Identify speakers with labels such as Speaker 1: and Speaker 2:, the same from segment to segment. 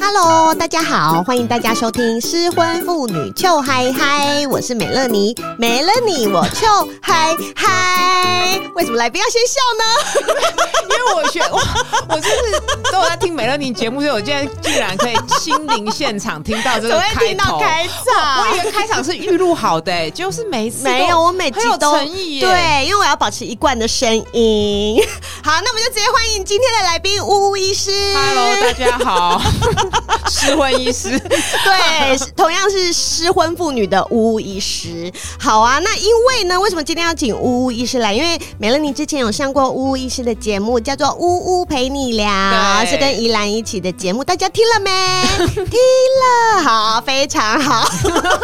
Speaker 1: Hello，大家好，欢迎大家收听《失婚妇女糗嗨嗨》，我是美乐妮，没了你我糗嗨嗨。为什么来宾要先笑呢？
Speaker 2: 因为我学 我我就是都有在听美乐妮节目，所以我竟然竟然可以亲临现场听到这
Speaker 1: 怎
Speaker 2: 个
Speaker 1: 么会
Speaker 2: 开
Speaker 1: 听到
Speaker 2: 头。哦
Speaker 1: 开
Speaker 2: 我以
Speaker 1: 场？
Speaker 2: 为开场是预录好的、欸，就是每一次都
Speaker 1: 没有，我啊每集
Speaker 2: 很有
Speaker 1: 都
Speaker 2: 诚意耶、
Speaker 1: 对，因为我要保持一贯的声音。 好，那我们就直接欢迎今天的来宾呜呜医师。
Speaker 2: Hello，大家好， 失婚医师，
Speaker 1: 对，是同样是失婚妇女的呜呜医师。好啊，那因为呢，为什么今天要请呜呜医师来？因为美乐妮之前有上过呜呜医师的节目，叫做《呜呜陪你聊》，
Speaker 2: 对
Speaker 1: 是跟宜兰一起的节目，大家听了没？ 听了，好，非常好。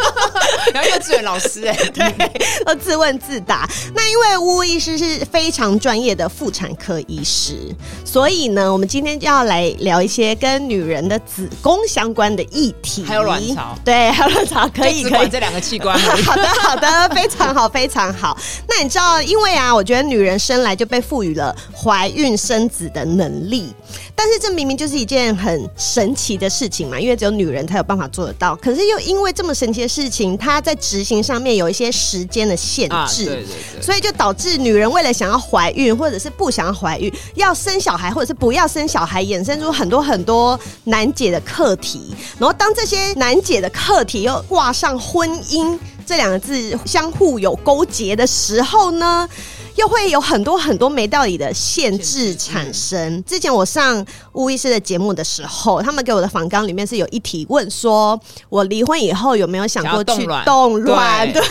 Speaker 2: 然后幼稚园老师、欸，哎，
Speaker 1: 都自问自答。那因为巫医师是非常专业的妇产科医师，所以呢，我们今天就要来聊一些跟女人的子宫相关的议题，
Speaker 2: 还有卵巢
Speaker 1: 对，还有卵巢，可以
Speaker 2: 就只
Speaker 1: 可以
Speaker 2: 管。这两个器官而已。
Speaker 1: 好的，好的，非常好，非常好。那你知道，因为啊，我觉得女人生来就被赋予了怀孕生子的能力，但是这明明就是一件很神奇的事情嘛，因为只有女人才有办法做得到。可是又因为这么神奇的事情，它在执行上面有一些时间的限
Speaker 2: 啊，对
Speaker 1: 制。
Speaker 2: 对对，
Speaker 1: 所以就导致女人为了想要怀孕，或者是不想要怀孕，要生小孩，或者是不要生小孩，衍生出很多很多难解的课题。然后当这些难解的课题又挂上婚姻这两个字相互有勾结的时候呢？又会有很多很多没道理的限制产生。之前我上巫医师的节目的时候，他们给我的访纲里面是有一题问说，我离婚以后有没有想过
Speaker 2: 想要
Speaker 1: 去
Speaker 2: 冻卵
Speaker 1: 冻卵？对
Speaker 2: 对，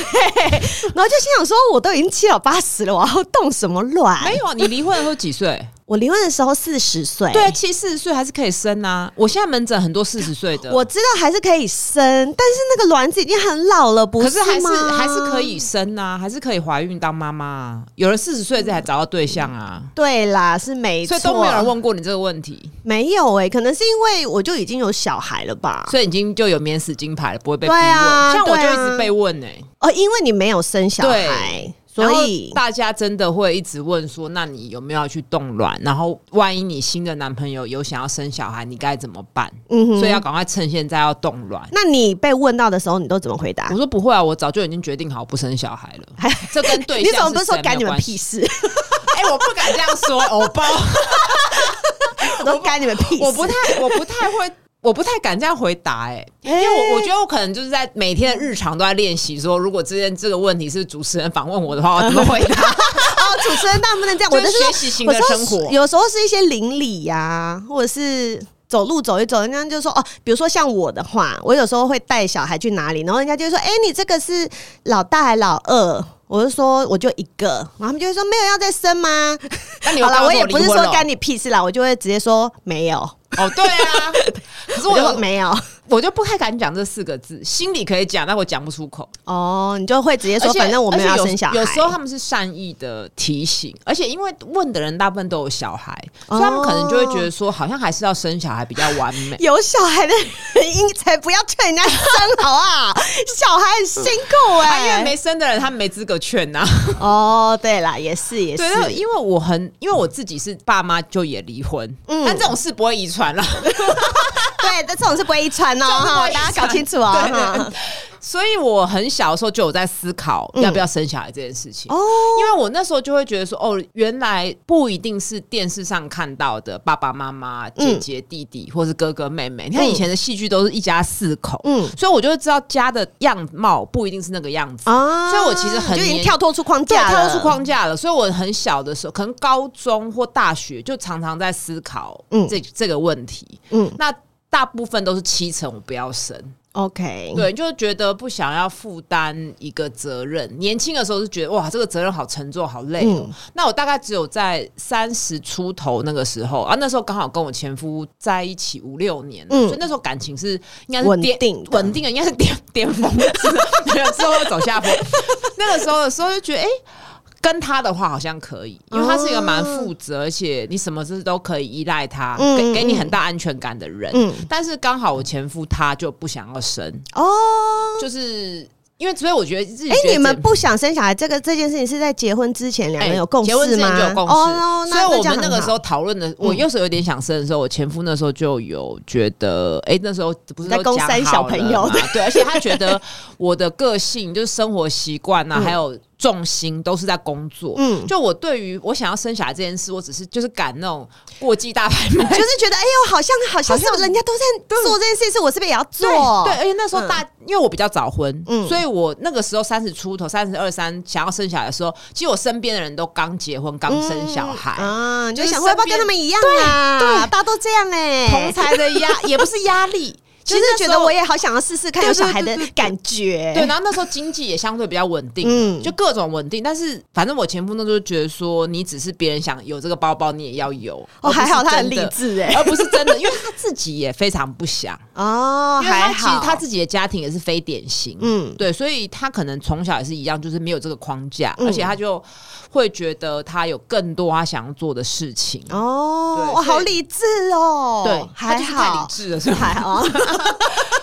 Speaker 1: 然后就心想说，我都已经七老八十了，我要冻什么
Speaker 2: 没
Speaker 1: 卵？
Speaker 2: 有啊，你离婚的时候几岁？
Speaker 1: 我离婚的时候四十岁，
Speaker 2: 对啊，七四十岁还是可以生啊。我现在门诊很多四十岁的，
Speaker 1: 我知道还是可以生，但是那个卵子已经很老了，不
Speaker 2: 可是还是
Speaker 1: 吗
Speaker 2: 还是可以。生啊，还是可以怀孕当妈妈、啊。有人四十岁才找到对象啊，
Speaker 1: 对啦，是没
Speaker 2: 所
Speaker 1: 错，
Speaker 2: 以都没啊有人问过你这个问题，
Speaker 1: 没有哎、可能是因为我就已经有小孩了吧？
Speaker 2: 所以已经就有免死金牌了，不会被逼
Speaker 1: 对
Speaker 2: 问。
Speaker 1: 啊
Speaker 2: 像我就
Speaker 1: 对啊
Speaker 2: 一直被问哎、
Speaker 1: 哦，因为你没有生小孩
Speaker 2: 对，
Speaker 1: 所
Speaker 2: 然后
Speaker 1: 以
Speaker 2: 大家真的会一直问说，那你有没有要去冻卵？然后万一你新的男朋友有想要生小孩，你该怎么办？
Speaker 1: 嗯哼
Speaker 2: 所以要赶快趁现在要冻卵。
Speaker 1: 那你被问到的时候，你都怎么回答
Speaker 2: 我？说不会啊，我早就已经决定好不生小孩 了。这跟对
Speaker 1: 你怎
Speaker 2: 象
Speaker 1: 么不
Speaker 2: 是
Speaker 1: 是说
Speaker 2: 谁
Speaker 1: 干
Speaker 2: 没
Speaker 1: 你
Speaker 2: 有
Speaker 1: 们
Speaker 2: 关系
Speaker 1: 屁？事？
Speaker 2: 哎、我不敢这样说，偶包。
Speaker 1: 我都干你们屁事。
Speaker 2: 我不太，我不太会，我不太敢这样回答、欸，
Speaker 1: 哎，因
Speaker 2: 因为我我觉得我可能就是在每天的日常都在练习，说如果之前这个问题是主持人访问我的话，我怎么回 答？
Speaker 1: 哦，主持人当然不能这样，
Speaker 2: 就
Speaker 1: 我
Speaker 2: 是
Speaker 1: 的是说
Speaker 2: 学习型的
Speaker 1: 我说
Speaker 2: 生活
Speaker 1: 有时候是一些邻里呀、或者是。走路走一走，人家就说哦，比如说像我的话，我有时候会带小孩去哪里，然后人家就会说，哎、你这个是老大还老二？我就说我就一个，然后他们就会说没有要再生 吗？
Speaker 2: 那你有
Speaker 1: 好啦，
Speaker 2: 告诉
Speaker 1: 我也不是
Speaker 2: 离婚
Speaker 1: 说
Speaker 2: 了
Speaker 1: 干你屁事啦，我就会直接说没有，
Speaker 2: 哦，对 啊。可是
Speaker 1: 我
Speaker 2: 我
Speaker 1: 就说
Speaker 2: 有
Speaker 1: 没有。
Speaker 2: 我就不太敢讲这四个字，心里可以讲，但我讲不出口。
Speaker 1: 哦，你就会直接
Speaker 2: 而
Speaker 1: 说，
Speaker 2: 且
Speaker 1: 反正我们
Speaker 2: 而且
Speaker 1: 要
Speaker 2: 有
Speaker 1: 生小孩。
Speaker 2: 有时候他们是善意的提醒，而且因为问的人大部分都有小孩，
Speaker 1: 哦
Speaker 2: 所以他们可能就会觉得说，好像还是要生小孩比较完 美。
Speaker 1: 有小孩的人应才不要劝人家生，好不好？小孩很辛苦
Speaker 2: 啊，
Speaker 1: 哎、
Speaker 2: 因为没生的人，他们没资格劝啊呐、
Speaker 1: 哦，对啦，也是也是
Speaker 2: 对，，那因为我很，因为我自己是爸妈就也离婚，
Speaker 1: 嗯
Speaker 2: 但这种事不会遗 传了，
Speaker 1: 对，但这种是不会遗传哦，
Speaker 2: 这种不
Speaker 1: 哈，
Speaker 2: 会遗传
Speaker 1: 大家搞清楚哦，
Speaker 2: 对
Speaker 1: 哈
Speaker 2: 所以我很小的时候就有在思考
Speaker 1: 嗯
Speaker 2: 要不要生小孩这件事情。
Speaker 1: 哦，
Speaker 2: 因为我那时候就会觉得说，哦，原来不一定是电视上看到的爸爸妈妈、
Speaker 1: 嗯
Speaker 2: 姐姐、弟弟，或是哥哥妹妹。你看以前的戏剧都是一家四口，
Speaker 1: 嗯
Speaker 2: 所以我就会知道家的样貌不一定是那个样子。
Speaker 1: 啊
Speaker 2: 所以我其实很
Speaker 1: 就已经
Speaker 2: 年
Speaker 1: 跳脱出框
Speaker 2: 对，
Speaker 1: 架了，
Speaker 2: 跳出框架了。所以我很小的时候，可能高中或大学就常常在思考
Speaker 1: 嗯
Speaker 2: 这、这个问题。
Speaker 1: 嗯
Speaker 2: 那大部分都是七成我不要生，
Speaker 1: ，OK，
Speaker 2: 对，就觉得不想要负担一个责任。年轻的时候是觉得哇，这个责任好沉重，好累哦。
Speaker 1: 嗯
Speaker 2: 那我大概只有在三十出头那个时候啊，那时候刚好跟我前夫在一起五六年了，
Speaker 1: 嗯
Speaker 2: 所以那时候感情是应该是
Speaker 1: 稳
Speaker 2: 巅
Speaker 1: 定的
Speaker 2: 稳定的，应该是巅巅峰，没有之后会走下 坡。那个时候的时候就觉得，哎、跟他的话好像可以，因为他是一个蛮负责，而且你什么事都可以依赖他，
Speaker 1: 嗯
Speaker 2: 给给你
Speaker 1: 嗯
Speaker 2: 很大安全感的人。
Speaker 1: 嗯
Speaker 2: 但是刚好我前夫他就不想要生，
Speaker 1: 哦，
Speaker 2: 就是因为所以我觉得自己
Speaker 1: 哎、
Speaker 2: 觉得
Speaker 1: 你们不想生小孩这个这件事情是在结婚之前两个人有共识
Speaker 2: 结
Speaker 1: 吗？
Speaker 2: 婚之前就有共识，
Speaker 1: 哦，
Speaker 2: 所以我们
Speaker 1: 那
Speaker 2: 那个时候讨论
Speaker 1: 嗯
Speaker 2: 的，我又是有点想生的时候，我前夫那时候就有觉得，哎、那时候不是
Speaker 1: 在
Speaker 2: 都
Speaker 1: 公
Speaker 2: 讲
Speaker 1: 三
Speaker 2: 好
Speaker 1: 小朋
Speaker 2: 了
Speaker 1: 友
Speaker 2: 嘛对，而且他觉得我的个性就是生活习惯 啊，
Speaker 1: 嗯
Speaker 2: 还有重心都是在工作，
Speaker 1: 嗯
Speaker 2: 嗯，就我对于我想要生小孩这件事，我只是就是赶那种过季大拍卖，
Speaker 1: 就是觉得哎呦，好像好像是
Speaker 2: 好像
Speaker 1: 人家都在做这件事情，是我是不是也要做？
Speaker 2: 对，对，而且那时候大，因为我比较早婚，
Speaker 1: 嗯
Speaker 2: 所以我那个时候三十出头、三十二三想要生小孩的时候，其实我身边的人都刚结婚、刚
Speaker 1: 嗯
Speaker 2: 生小孩。
Speaker 1: 啊，你就
Speaker 2: 就是
Speaker 1: 想说要不要
Speaker 2: 身边
Speaker 1: 跟他们一样啊？
Speaker 2: 对对
Speaker 1: 大家都这样哎、
Speaker 2: 同才的压也不是压力，
Speaker 1: 其实
Speaker 2: 那时
Speaker 1: 觉
Speaker 2: 候
Speaker 1: 得我也好想要试试看有
Speaker 2: 对对
Speaker 1: 小孩的
Speaker 2: 对对对
Speaker 1: 感觉。
Speaker 2: 对，然后那时候经济也相对比较稳定，
Speaker 1: 嗯
Speaker 2: 就各种稳定。但是反正我前夫那时候觉得说，你只是别人想有这个包包，你也要有。
Speaker 1: 哦，
Speaker 2: 而不是
Speaker 1: 还好他很
Speaker 2: 真
Speaker 1: 理
Speaker 2: 的，
Speaker 1: 智哎、
Speaker 2: 而不是真的，因为他自己也非常不想，
Speaker 1: 哦，
Speaker 2: 因为他
Speaker 1: 还
Speaker 2: 其实
Speaker 1: 好
Speaker 2: 他自己的家庭也是非典型，
Speaker 1: 嗯
Speaker 2: 对，所以他可能从小也是一样，就是没有这个框架，
Speaker 1: 嗯
Speaker 2: 而且他就会觉得他有更多他想要做的事情。
Speaker 1: 哦，
Speaker 2: 对
Speaker 1: 哇，
Speaker 2: 所以
Speaker 1: 好理智哦，
Speaker 2: 对，他
Speaker 1: 还
Speaker 2: 就是太理
Speaker 1: 好。
Speaker 2: 智了，是吧？
Speaker 1: 还 好，嗯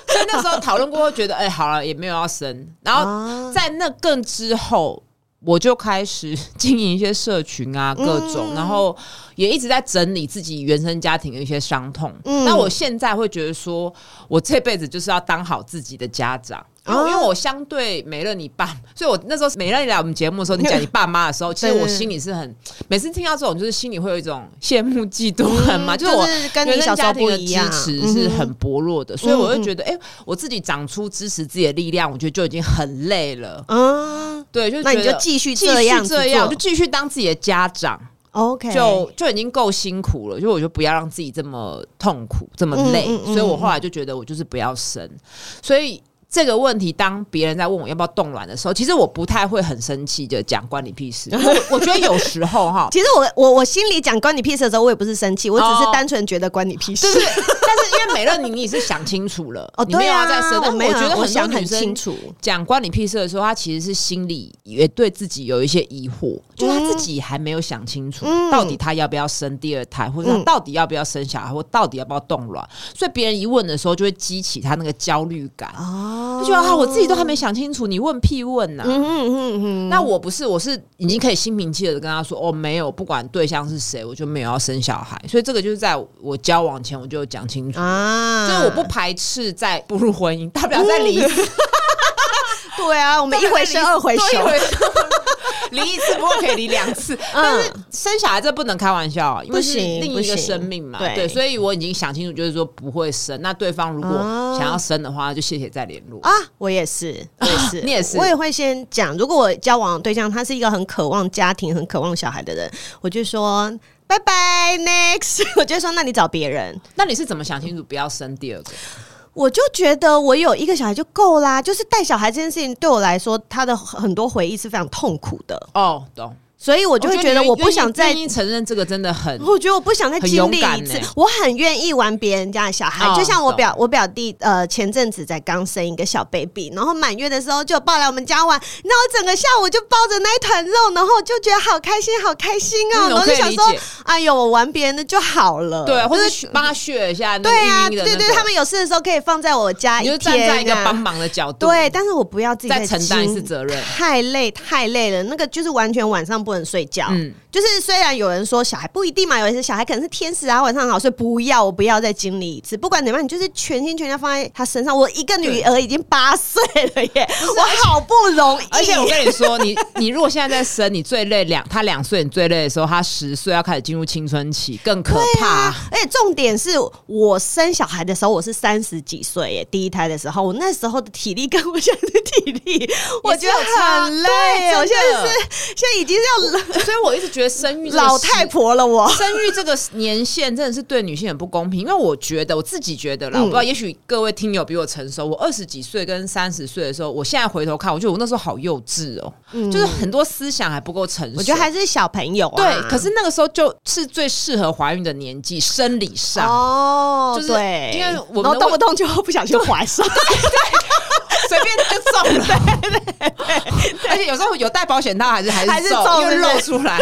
Speaker 2: 所以那时候讨论过后，觉得哎、好了，也没有要生。然
Speaker 1: 啊
Speaker 2: 后在那更之后，我就开始经营一些社群啊，各
Speaker 1: 嗯
Speaker 2: 种，然后也一直在整理自己原生家庭的一些伤痛。
Speaker 1: 嗯
Speaker 2: 那我现在会觉得说，我这辈子就是要当好自己的家长。因为
Speaker 1: 哦
Speaker 2: 因为我相对没了你爸，所以我那时候没了你来我们节目的时候，你讲你爸妈的时候，其实
Speaker 1: 对
Speaker 2: 我心里是很，每次听到这种，就是心里会有一种羡慕、嫉妒、恨嘛，
Speaker 1: 嗯
Speaker 2: 就是我
Speaker 1: 就是跟你
Speaker 2: 原
Speaker 1: 小
Speaker 2: 生
Speaker 1: 时候
Speaker 2: 家庭
Speaker 1: 不
Speaker 2: 的
Speaker 1: 一
Speaker 2: 支
Speaker 1: 样
Speaker 2: 持
Speaker 1: 嗯
Speaker 2: 是
Speaker 1: 哼
Speaker 2: 很薄弱的，所以我
Speaker 1: 嗯嗯
Speaker 2: 就觉得，哎、我自己长出支持自己的力量，我觉得就已经很累了。
Speaker 1: 嗯
Speaker 2: 对，就
Speaker 1: 那你
Speaker 2: 觉得
Speaker 1: 就继续
Speaker 2: 继
Speaker 1: 这样
Speaker 2: 续
Speaker 1: 子
Speaker 2: 这样，
Speaker 1: 做
Speaker 2: 就继续当自己的家长，
Speaker 1: ，OK，
Speaker 2: 就就已经够辛苦了。就我就不要让自己这么痛苦，这么累。
Speaker 1: 嗯嗯嗯
Speaker 2: 所以我后来就觉得，我就是不要生。所以这个问题，当别人在问我要不要冻卵的时候，其实我不太会很生气的讲关你屁事。 因为我我觉得有时候哈，
Speaker 1: 其实我我我心里讲关你屁事的时候，我也不是生气，我只是
Speaker 2: 哦
Speaker 1: 单纯觉得关你屁事。
Speaker 2: 对 对，但是因为美乐你，你也是想清楚了，
Speaker 1: 哦，
Speaker 2: 你没
Speaker 1: 对
Speaker 2: 有
Speaker 1: 啊
Speaker 2: 要再生。但
Speaker 1: 我没有啊，
Speaker 2: 觉得
Speaker 1: 我
Speaker 2: 很多
Speaker 1: 想
Speaker 2: 女
Speaker 1: 很
Speaker 2: 生
Speaker 1: 清楚。
Speaker 2: 讲关你屁事的时候，她其实是心里也对自己有一些疑惑，就是她自己还没有想清楚，
Speaker 1: 嗯
Speaker 2: 到底她要不要生第二胎，或者她
Speaker 1: 嗯
Speaker 2: 到底要不要生小孩，或到底要不要冻卵。所以别人一问的时候，就会激起她那个焦虑感。
Speaker 1: 哦
Speaker 2: 她觉得啊，我自己都还没想清楚，你问屁问呐、
Speaker 1: 嗯哼嗯哼，
Speaker 2: 那我不是，我是已经可以心平气和的跟他说，哦，没有，不管对象是谁，我就没有要生小孩。所以这个就是在我交往前我就讲清楚，
Speaker 1: 啊，
Speaker 2: 就是我不排斥再步入婚姻，大不了再离婚，
Speaker 1: 对啊，我们一回生二回
Speaker 2: 对
Speaker 1: 熟嗯
Speaker 2: 一，回生 离一次不过可以离两次，但是生小孩这不能开玩笑，因为是
Speaker 1: 不行
Speaker 2: 另
Speaker 1: 不
Speaker 2: 一
Speaker 1: 行
Speaker 2: 个生命嘛，
Speaker 1: 对
Speaker 2: 对，所以我已经想清楚，就是说不会生。那对方如果
Speaker 1: 啊
Speaker 2: 想要生的话，就谢谢再联络。
Speaker 1: 啊，我也 是，我也是，
Speaker 2: 你也是
Speaker 1: 我也会先讲。如果我交往的对象他是一个很渴望家庭、很渴望小孩的人，我就说拜拜，next，我 就说那你找别人。
Speaker 2: 那你是怎么想清楚不要生第二个？
Speaker 1: 我就觉得我有一个小孩就够啦，就是带小孩这件事情对我来说，他的很多回忆是非常痛苦的，
Speaker 2: 哦，懂。
Speaker 1: 所以哦我就会觉得我不想再
Speaker 2: 愿意承认这个真的很
Speaker 1: 我觉得我不想再
Speaker 2: 很
Speaker 1: 经
Speaker 2: 勇
Speaker 1: 历
Speaker 2: 敢
Speaker 1: 一次
Speaker 2: 呢，
Speaker 1: 我很愿意玩别人家的小孩，
Speaker 2: 哦
Speaker 1: 就像我
Speaker 2: 懂
Speaker 1: 表我表弟，呃，前阵子才刚生一个小 baby，然后满月的时候就抱来我们家玩，然后整个下午就抱着那一团肉，然后我就觉得好开心，好开心哦，
Speaker 2: 嗯
Speaker 1: 然后
Speaker 2: 我可
Speaker 1: 就
Speaker 2: 以
Speaker 1: 想
Speaker 2: 理
Speaker 1: 说
Speaker 2: 解，
Speaker 1: 哎呦，我玩别人的就好了，
Speaker 2: 对，或
Speaker 1: 就是
Speaker 2: 帮他削一下那
Speaker 1: 对啊，
Speaker 2: 个育婴
Speaker 1: 对
Speaker 2: 的那
Speaker 1: 对，他
Speaker 2: 种，
Speaker 1: 们有事的时候可以放在我家
Speaker 2: 你
Speaker 1: 一
Speaker 2: 就站
Speaker 1: 天、啊，
Speaker 2: 在一个帮忙的角度，
Speaker 1: 对，但是我不要自己
Speaker 2: 再承担一
Speaker 1: 经
Speaker 2: 次责任
Speaker 1: 太累太累了，那个就是完全晚上不能睡觉。
Speaker 2: 嗯
Speaker 1: 就是虽然有人说小孩不一定嘛，有些小孩可能是天使啊，晚上很好睡，不要我不要再经历一次，不管怎么样，你就是全心全意地放在他身上。我一个女儿已经八岁了 耶，我好不容易，
Speaker 2: 啊而且我跟你说，你你如果现在在生，你最累两他两岁，你最累的时候，他十岁要开始进入青春期，更可怕、
Speaker 1: 哎而且重点是我生小孩的时候，我是三十几岁耶，第一胎的时候，我那时候的体力跟我现在的体力，我觉得很累耶。我
Speaker 2: 对
Speaker 1: 现
Speaker 2: 真的
Speaker 1: 在是现在已经要
Speaker 2: 所以我一直觉得生育这个
Speaker 1: 老
Speaker 2: 时
Speaker 1: 太婆了，我。
Speaker 2: 生育这个年限真的是对女性很不公平，因为我觉得我自己觉得啦，我不知道，
Speaker 1: 嗯
Speaker 2: 也许各位听友比我成熟。我二十几岁跟三十岁的时候，我现在回头看，我觉得我那时候好幼稚哦、就是很多思想还不够成熟。
Speaker 1: 嗯我觉得还是小朋友、啊，
Speaker 2: 对，可是那个时候就是最适合怀孕的年纪，生理上。
Speaker 1: 哦，
Speaker 2: 啊就是
Speaker 1: 对，
Speaker 2: 因为我们
Speaker 1: 然后
Speaker 2: 的
Speaker 1: 动不动就不小心怀上，
Speaker 2: 随便就中 了。而且有时候有带保险套，还是还
Speaker 1: 还是
Speaker 2: 是
Speaker 1: 中
Speaker 2: 中，因为
Speaker 1: 对不对
Speaker 2: 露出 来。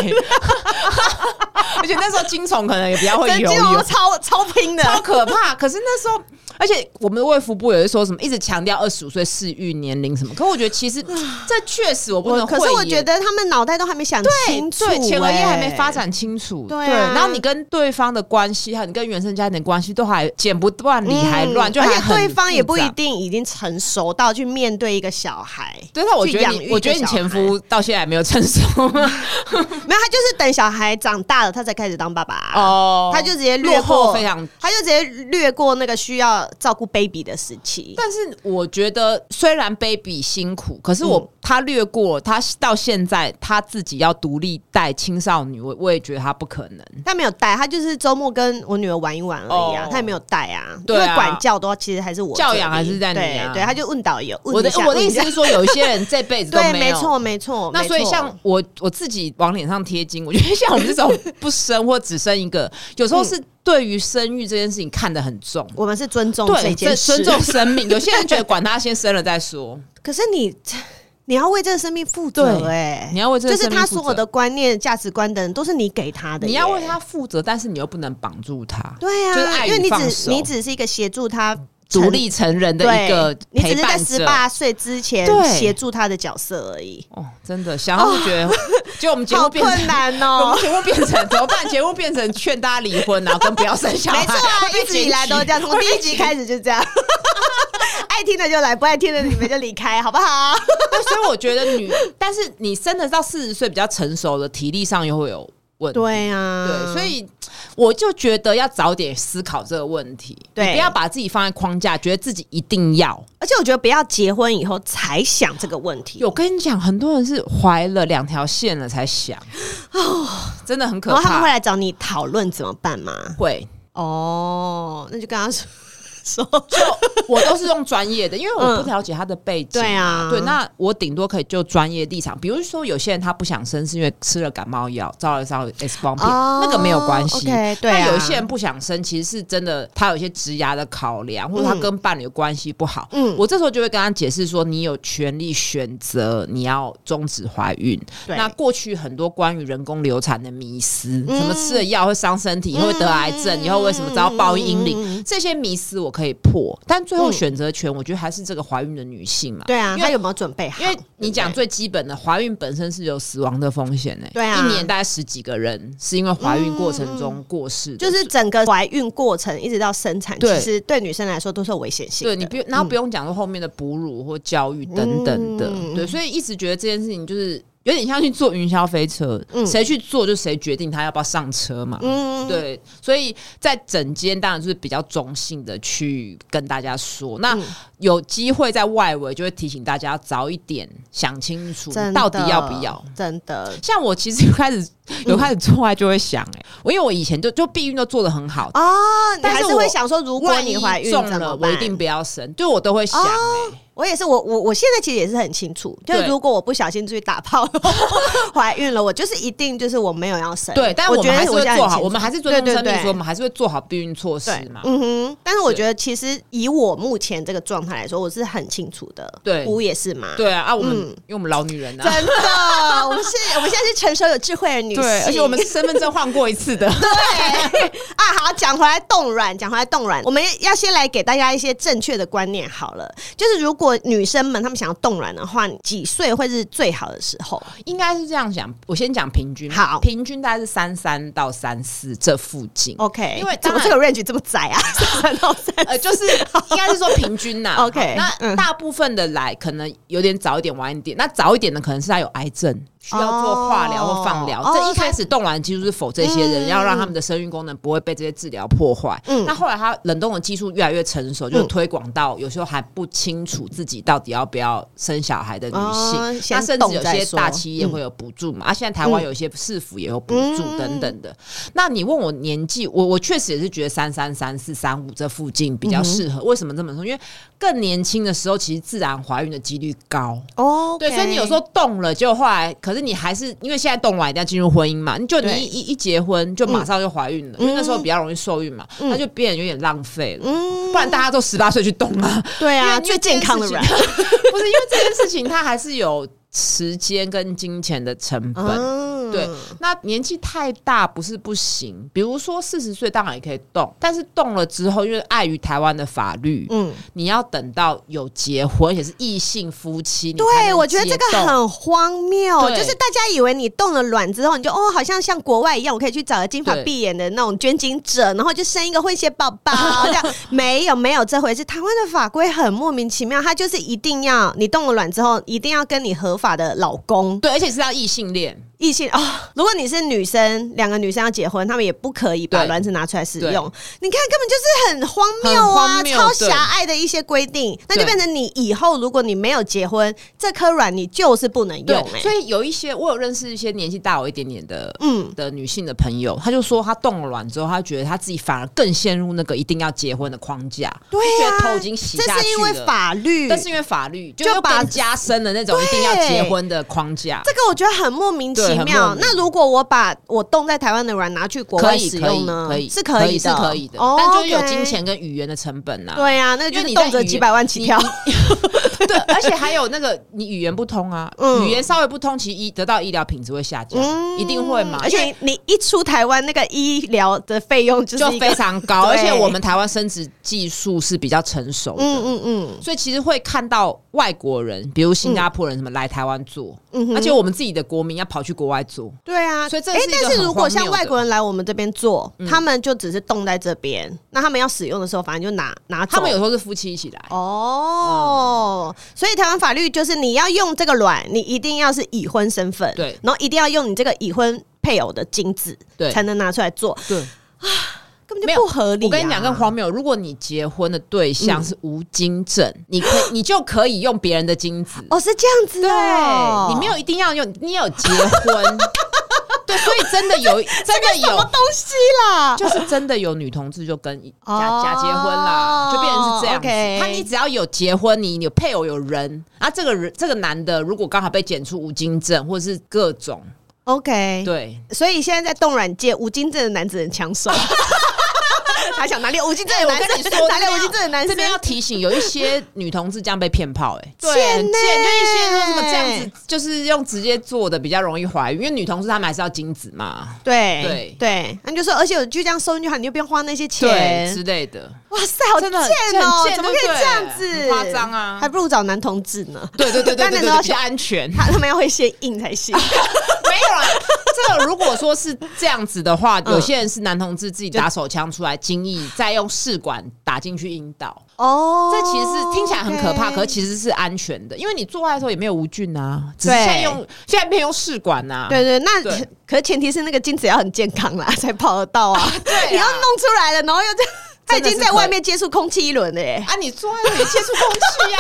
Speaker 2: 而且那时候金虫可能也比较会
Speaker 1: 真
Speaker 2: 游
Speaker 1: 金
Speaker 2: 泳
Speaker 1: 融，超超拼
Speaker 2: 超
Speaker 1: 的，
Speaker 2: 可怕。可是那时候，而且我们的卫福部也是说什么，一直强调二十五岁适育年龄什么。可我觉得其实这确实我不能会
Speaker 1: 可
Speaker 2: 耶，
Speaker 1: 是我觉得他们脑袋都还没想清楚、
Speaker 2: 对前额叶还没
Speaker 1: 哎
Speaker 2: 发。展清楚，
Speaker 1: 对啊
Speaker 2: 然后你跟对方的关系，还有你跟原生家庭的关系都还剪不断理还
Speaker 1: 嗯
Speaker 2: 乱，就
Speaker 1: 而
Speaker 2: 还
Speaker 1: 且
Speaker 2: 很
Speaker 1: 对方也不
Speaker 2: 复
Speaker 1: 一
Speaker 2: 杂。
Speaker 1: 定已经成熟到去面对一个小孩，
Speaker 2: 对，那我
Speaker 1: 去
Speaker 2: 觉得
Speaker 1: 养育
Speaker 2: 你，
Speaker 1: 一
Speaker 2: 我觉得
Speaker 1: 个
Speaker 2: 你
Speaker 1: 小孩
Speaker 2: 前夫到现在还没有成熟
Speaker 1: 没有，他就是等小孩长大了，他才开始当爸爸。
Speaker 2: 哦，
Speaker 1: 他就直接略
Speaker 2: 落
Speaker 1: 过
Speaker 2: 后非常。
Speaker 1: 他就直接略过那个需要照顾 baby 的时期。
Speaker 2: 但是我觉得，虽然 baby 辛苦，可是我、
Speaker 1: 嗯
Speaker 2: 他略过他到现在他自己要独立带青少女，我我也觉得他不可能。
Speaker 1: 他没有带，他就是周末跟我女儿玩一玩而已啊，
Speaker 2: 哦
Speaker 1: 他也没有带啊，
Speaker 2: 对啊
Speaker 1: 因为管教的话其实还是我
Speaker 2: 教养
Speaker 1: 这里
Speaker 2: 还是在你啊
Speaker 1: 对对，他就问导游，
Speaker 2: 我
Speaker 1: 问
Speaker 2: 的
Speaker 1: 一下
Speaker 2: 我的意思，
Speaker 1: 问一
Speaker 2: 是说，有一些人这辈子
Speaker 1: 下
Speaker 2: 都
Speaker 1: 对，
Speaker 2: 没
Speaker 1: 没
Speaker 2: 有
Speaker 1: 错没错，
Speaker 2: 那
Speaker 1: 哦没
Speaker 2: 所以
Speaker 1: 错
Speaker 2: 像我我自己往脸上贴金，我觉得像我们这种 不生或只生一个，有时
Speaker 1: 嗯
Speaker 2: 候是对于生育这件事情看得很重。
Speaker 1: 我们是尊重哦这
Speaker 2: 对，
Speaker 1: 件
Speaker 2: 这
Speaker 1: 事，
Speaker 2: 尊重生命。有些人觉得管他先生了再说，
Speaker 1: 可是你，你要为这个生命负责
Speaker 2: 对
Speaker 1: 哎、
Speaker 2: 你要为这
Speaker 1: 就
Speaker 2: 个
Speaker 1: 是
Speaker 2: 生命
Speaker 1: 他
Speaker 2: 负
Speaker 1: 所有
Speaker 2: 责
Speaker 1: 的观念、价值观等，都是你给他的耶。
Speaker 2: 你要为他负责，但是你又不能绑住他，
Speaker 1: 对啊，
Speaker 2: 就是爱与
Speaker 1: 因为你
Speaker 2: 放
Speaker 1: 只
Speaker 2: 手
Speaker 1: 你只是一个协助他
Speaker 2: 独
Speaker 1: 成
Speaker 2: 立成人的
Speaker 1: 对
Speaker 2: 一个
Speaker 1: 你只
Speaker 2: 陪
Speaker 1: 是在
Speaker 2: 伴
Speaker 1: 十
Speaker 2: 者。
Speaker 1: 八岁之前
Speaker 2: 对
Speaker 1: 协助他的角色而已，
Speaker 2: 哦，真的，想要觉 得，就我们节目
Speaker 1: 好
Speaker 2: 变成
Speaker 1: 困。难
Speaker 2: 我
Speaker 1: 哦
Speaker 2: 们。节目变成怎么办？节目变成劝大家离婚，然后跟不要生小孩。
Speaker 1: 没错啊
Speaker 2: 会，被
Speaker 1: 一直以来
Speaker 2: 检举
Speaker 1: 都是这 样，从第一集开始就这样。 爱听的就来，不爱听的你们就离开，好不好？
Speaker 2: 对所以我觉得女，但是你真的到四十岁比较成熟的，体力上又会有问题。
Speaker 1: 对啊，
Speaker 2: 对，所以我就觉得要早点思考这个问题，
Speaker 1: 对
Speaker 2: 你不要把自己放在框架，觉得自己一定要。
Speaker 1: 而且我觉得不要结婚以后才想这个问题，
Speaker 2: 有跟你讲，很多人是怀了两条线了才想，真的很可
Speaker 1: 哦然后他们
Speaker 2: 怕。
Speaker 1: 会来找你讨论怎么办吗？
Speaker 2: 会，
Speaker 1: 哦，那就跟他说 说，
Speaker 2: 我都是用专业的，因为我不了解他的背
Speaker 1: 嗯
Speaker 2: 景。
Speaker 1: 对啊，
Speaker 2: 对，那我顶多可以就专业立场，比如说有些人他不想生是因为吃了感冒药，照了照 X 光片，
Speaker 1: 哦
Speaker 2: 那个没有关系。
Speaker 1: OK，对啊
Speaker 2: 那有一些人不想生，其实是真的他有一些职涯的考量，或者他
Speaker 1: 嗯
Speaker 2: 跟伴侣关系不好。
Speaker 1: 嗯
Speaker 2: 我这时候就会跟他解释说，你有权利选择你要终止怀孕。
Speaker 1: 对
Speaker 2: 那过去很多关于人工流产的迷思，
Speaker 1: 嗯
Speaker 2: 什么吃了药会伤身体，以后会得癌症，以后为什么遭报应阴灵，
Speaker 1: 嗯嗯嗯嗯
Speaker 2: 这些迷思我可以破，但最后
Speaker 1: 嗯
Speaker 2: 选择权，我觉得还是这个怀孕的女性嘛。
Speaker 1: 对啊，
Speaker 2: 因为
Speaker 1: 他有没有准备好？
Speaker 2: 因为你讲最基本的，怀孕本身是有死亡的风险诶、
Speaker 1: 对啊嗯
Speaker 2: 一年大概十几个人是因为怀孕过程中过世的，
Speaker 1: 就是整个怀孕过程一直到生产，
Speaker 2: 对
Speaker 1: 其实对女生来说都是有危险性
Speaker 2: 对
Speaker 1: 的。
Speaker 2: 你不，然后不用讲说后面的哺乳或教育等等的，
Speaker 1: 嗯
Speaker 2: 对，所以一直觉得这件事情就是有点像去坐云霄飞车，谁、去坐就谁决定他要不要上车嘛。
Speaker 1: 嗯，
Speaker 2: 对，所以在整间当然就是比较中性的去跟大家说。
Speaker 1: 嗯
Speaker 2: 那有机会在外围就会提醒大家早一点想清楚
Speaker 1: 真的嗯
Speaker 2: 到底要不要。？
Speaker 1: 真的
Speaker 2: 像我其实有开始有开始做爱就会想、哎、我因为我以前就就避孕都做的很好，
Speaker 1: 哦，你
Speaker 2: 但
Speaker 1: 还
Speaker 2: 是
Speaker 1: 是会
Speaker 2: 我
Speaker 1: 想说，如果
Speaker 2: 万一
Speaker 1: 你怀孕
Speaker 2: 中
Speaker 1: 怎么
Speaker 2: 了，
Speaker 1: 办
Speaker 2: 我一定不要生，就我都会想、哎
Speaker 1: 我也是，我我我现在其实也是很清楚，就是
Speaker 2: 对
Speaker 1: 如果我不小心出去打炮 怀孕了，我就是一定就是我没有要生。
Speaker 2: 对，但
Speaker 1: 我
Speaker 2: 我
Speaker 1: 觉
Speaker 2: 们
Speaker 1: 得
Speaker 2: 还是会
Speaker 1: 现在
Speaker 2: 做
Speaker 1: 很
Speaker 2: 好，
Speaker 1: 清
Speaker 2: 我们
Speaker 1: 楚
Speaker 2: 还是尊
Speaker 1: 对
Speaker 2: 重
Speaker 1: 对
Speaker 2: 生命，
Speaker 1: 对
Speaker 2: 所以我们还是会做好避孕措施嘛。
Speaker 1: 嗯哼，但是我
Speaker 2: 对
Speaker 1: 觉得其实以我目前这个状态来说，我是很清楚的。
Speaker 2: 对
Speaker 1: 姑也是嘛。
Speaker 2: 对啊，啊，我们、
Speaker 1: 嗯
Speaker 2: 因为我们老女人啊，
Speaker 1: 真的，我们是，我们现在是成熟有智慧的女性，
Speaker 2: 对，而且我们是身份证换过一次 的，
Speaker 1: 对啊，好，讲回来冻卵，讲回来冻卵，我们要先来给大家一些正确的观念好了。就是如果女生们她们想要冻卵的话，几岁会是最好的时候？
Speaker 2: 应该是这样讲。我先讲平均，
Speaker 1: 好
Speaker 2: 平均大概是三三到三四这附近。
Speaker 1: OK，
Speaker 2: 因为
Speaker 1: 怎
Speaker 2: 当
Speaker 1: 么
Speaker 2: 然
Speaker 1: 这个 range 这么窄啊？ 三到三，
Speaker 2: 呃，就是应该是说平均呐、
Speaker 1: OK，
Speaker 2: 好那
Speaker 1: 嗯
Speaker 2: 大部分的来可能有点早一点，晚一点。那早一点的可能是他有癌症，需要做化疗或放疗。
Speaker 1: 哦
Speaker 2: 这一开始冻卵技术是否这些人，
Speaker 1: 嗯
Speaker 2: 要让他们的生育功能不会被这些治疗破坏。
Speaker 1: 嗯
Speaker 2: 那后来他冷冻的技术越来越成熟，就是推广到有时候还不清楚自己到底要不要生小孩的女性。
Speaker 1: 哦先
Speaker 2: 那甚至有
Speaker 1: 冻再
Speaker 2: 些
Speaker 1: 说
Speaker 2: 大企业会有补助嘛，啊，现在台湾有一些市府也有补助
Speaker 1: 嗯
Speaker 2: 等等的。那你问我年纪，我我确实也是觉得三三三四三五这附近比较
Speaker 1: 嗯
Speaker 2: 适合。为什么这么说？因为更年轻的时候，其实自然怀孕的几率高。
Speaker 1: 哦
Speaker 2: 对，所以你有时候动了，就后来可是你还是因为现在冻卵一定要进入婚姻嘛，你就你
Speaker 1: 对嗯
Speaker 2: 一一一结婚就马上就怀孕了，因为那时候比较容易受孕嘛，那就变得有点浪费了。
Speaker 1: 嗯，
Speaker 2: 不然大家都十八岁去冻啊，
Speaker 1: 对
Speaker 2: 因
Speaker 1: 啊，
Speaker 2: 为
Speaker 1: 最健康的人，
Speaker 2: 因为这件事情 不是因为这件事情，它还是有时间跟金钱的成本。
Speaker 1: 嗯，
Speaker 2: 对，那年纪太大不是不行，比如说四十岁当然也可以动，但是动了之后，因为碍于台湾的法律，
Speaker 1: 嗯，
Speaker 2: 你要等到有结婚，而且是异性夫妻，你才
Speaker 1: 对，
Speaker 2: 能
Speaker 1: 我觉得这个
Speaker 2: 解冻
Speaker 1: 很荒谬，
Speaker 2: 对
Speaker 1: 就是大家以为你动了卵之后，你就哦，好像像国外一样，我可以去找个金发
Speaker 2: 对
Speaker 1: 碧眼的那种捐精者，然后就生一个混血宝 宝，这样没有没有这回事。台湾的法规很莫名其妙，它就是一定要你动了卵之后，一定要跟你合法的老公
Speaker 2: 对，而且是要异性恋，
Speaker 1: 异性哦。如果你是女生，两个女生要结婚，她们也不可以把
Speaker 2: 对
Speaker 1: 卵子拿出来使
Speaker 2: 对
Speaker 1: 用。你看，根本就是很荒谬
Speaker 2: 很
Speaker 1: 啊，
Speaker 2: 荒谬
Speaker 1: 超
Speaker 2: 对
Speaker 1: 狭隘的一些规定，那就
Speaker 2: 对
Speaker 1: 变成你以后如果你没有结婚，这颗卵你就是不能
Speaker 2: 对
Speaker 1: 用、，欸。
Speaker 2: 所以有一些我有认识一些年纪大我一点点的。
Speaker 1: 嗯，
Speaker 2: 的女性的朋友，她就说她动了卵之后，她觉得她自己反而更陷入那个一定要结婚的框架，
Speaker 1: 对
Speaker 2: 就觉
Speaker 1: 啊，
Speaker 2: 得头已经洗
Speaker 1: 这
Speaker 2: 下去了。
Speaker 1: 是因为法律，
Speaker 2: 但是因为法律就
Speaker 1: 就
Speaker 2: 又
Speaker 1: 把
Speaker 2: 更加深了那种一定要结婚的框架。
Speaker 1: 这个我觉得很莫名
Speaker 2: 对
Speaker 1: 其
Speaker 2: 很莫
Speaker 1: 妙。
Speaker 2: 名
Speaker 1: 那如果我把我冻在台湾的卵拿去国
Speaker 2: 可
Speaker 1: 外
Speaker 2: 以，
Speaker 1: 使
Speaker 2: 可以
Speaker 1: 用，呢？
Speaker 2: 可以，
Speaker 1: 是
Speaker 2: 可
Speaker 1: 以
Speaker 2: 是
Speaker 1: 的，
Speaker 2: 可以的，
Speaker 1: 哦
Speaker 2: 但就是有
Speaker 1: OK
Speaker 2: 金钱跟语言的成本呐。
Speaker 1: 对啊，那个
Speaker 2: 因
Speaker 1: 就
Speaker 2: 为
Speaker 1: 是
Speaker 2: 你
Speaker 1: 动
Speaker 2: 在
Speaker 1: 辄
Speaker 2: 语
Speaker 1: 几百万起跳。
Speaker 2: 对，而且还有那个你语言不通啊，
Speaker 1: 嗯
Speaker 2: 语言稍微不通，其实医得到医疗品质会下降，一定会嘛。
Speaker 1: 而且你一出台湾，那个医疗的费用就是
Speaker 2: 就
Speaker 1: 一个
Speaker 2: 非常高，
Speaker 1: 对
Speaker 2: 而且我们台湾生殖技术是比较成熟的。
Speaker 1: 嗯嗯嗯
Speaker 2: 所以其实会看到外国人，比如新加坡人什么来台湾做，
Speaker 1: 嗯哼
Speaker 2: 而且我们自己的国民要跑去国外做，
Speaker 1: 对啊，
Speaker 2: 所以这
Speaker 1: 诶
Speaker 2: 是一个
Speaker 1: 但是
Speaker 2: 很
Speaker 1: 如果
Speaker 2: 荒谬
Speaker 1: 像
Speaker 2: 的嗯
Speaker 1: 外国人来我们这边做，他们就只是冻在这边，那他们要使用的时候，反正就拿拿走。
Speaker 2: 他们有时候嗯是夫妻一起来。
Speaker 1: 哦，所以台湾法律就是你要用这个卵，你一定要是已婚身份，
Speaker 2: 对
Speaker 1: 然后一定要用你这个已婚配偶的精子，
Speaker 2: 对
Speaker 1: 才能拿出来做，
Speaker 2: 对，
Speaker 1: 根本
Speaker 2: 没
Speaker 1: 就
Speaker 2: 有
Speaker 1: 不合理、啊
Speaker 2: 我跟你讲更，荒谬，如果你结婚的对象是无精症，你可以你 就可以用别人的精子，
Speaker 1: 哦，是这样子、哦，
Speaker 2: 对你没有一定要用，你有结婚， 对，所以真 的有，真的
Speaker 1: 什么
Speaker 2: 有。
Speaker 1: 东西啦，
Speaker 2: 就是真的有女同志就 跟
Speaker 1: 哦
Speaker 2: 假假结婚啦，就变成是这样子
Speaker 1: OK。
Speaker 2: 他你只要有结婚，你你有配偶有人，啊，这个人这个男的如果刚好被检出无精症或者是各种，
Speaker 1: ，OK，
Speaker 2: 对，
Speaker 1: 所以现在在冻卵界，无精症的男子很抢 手。他想哪里有无精症的男
Speaker 2: 哎我跟 你
Speaker 1: 生？
Speaker 2: 说
Speaker 1: 哪里有无
Speaker 2: 这边要
Speaker 1: 精症的男
Speaker 2: 这
Speaker 1: 生？
Speaker 2: 边要提醒，有一些女同志这样被骗炮、欸，哎，
Speaker 1: 对
Speaker 2: 很
Speaker 1: 贱
Speaker 2: 贱，
Speaker 1: 呢
Speaker 2: 就一些说什么这样子，就是用直接做的比较容易怀孕，因为女同志她们还是要精子嘛，
Speaker 1: 对
Speaker 2: 对
Speaker 1: 对，那你就说，而且我就这样收进去，好，你就不用花那些
Speaker 2: 对
Speaker 1: 钱
Speaker 2: 之。类的，
Speaker 1: 哇塞，好
Speaker 2: 真
Speaker 1: 贱
Speaker 2: 的很
Speaker 1: 哦、
Speaker 2: 很贱
Speaker 1: 怎么可以
Speaker 2: 对不对
Speaker 1: 这样子？
Speaker 2: 很夸张啊
Speaker 1: 还不如找男同志呢。
Speaker 2: 对对对对
Speaker 1: 但那
Speaker 2: 对
Speaker 1: 时
Speaker 2: 对
Speaker 1: 候
Speaker 2: 对，比较安全。
Speaker 1: 他他们要会先硬才 行，
Speaker 2: 没 有啦，这个如果说是这样子的话，
Speaker 1: 嗯
Speaker 2: 有些人是男同志自己打手枪出来精液，再用试管打进去阴道，
Speaker 1: 哦
Speaker 2: 这其实是听起来很可怕，可是
Speaker 1: 实
Speaker 2: 其实是安全的，因为你做爱的时候也没有无菌啊，只是
Speaker 1: 对
Speaker 2: 现在用现在变用试管呐、啊，
Speaker 1: 对对，那
Speaker 2: 对
Speaker 1: 可是前提是那个精子要很健康啦， 才跑得到啊。
Speaker 2: 对啊
Speaker 1: 你要弄出来了，然后又这样，他已
Speaker 2: 真的
Speaker 1: 经
Speaker 2: 是
Speaker 1: 在
Speaker 2: 可以
Speaker 1: 外面接触空气一轮了 耶，
Speaker 2: 啊，你做爱的时候也接触空 气呀、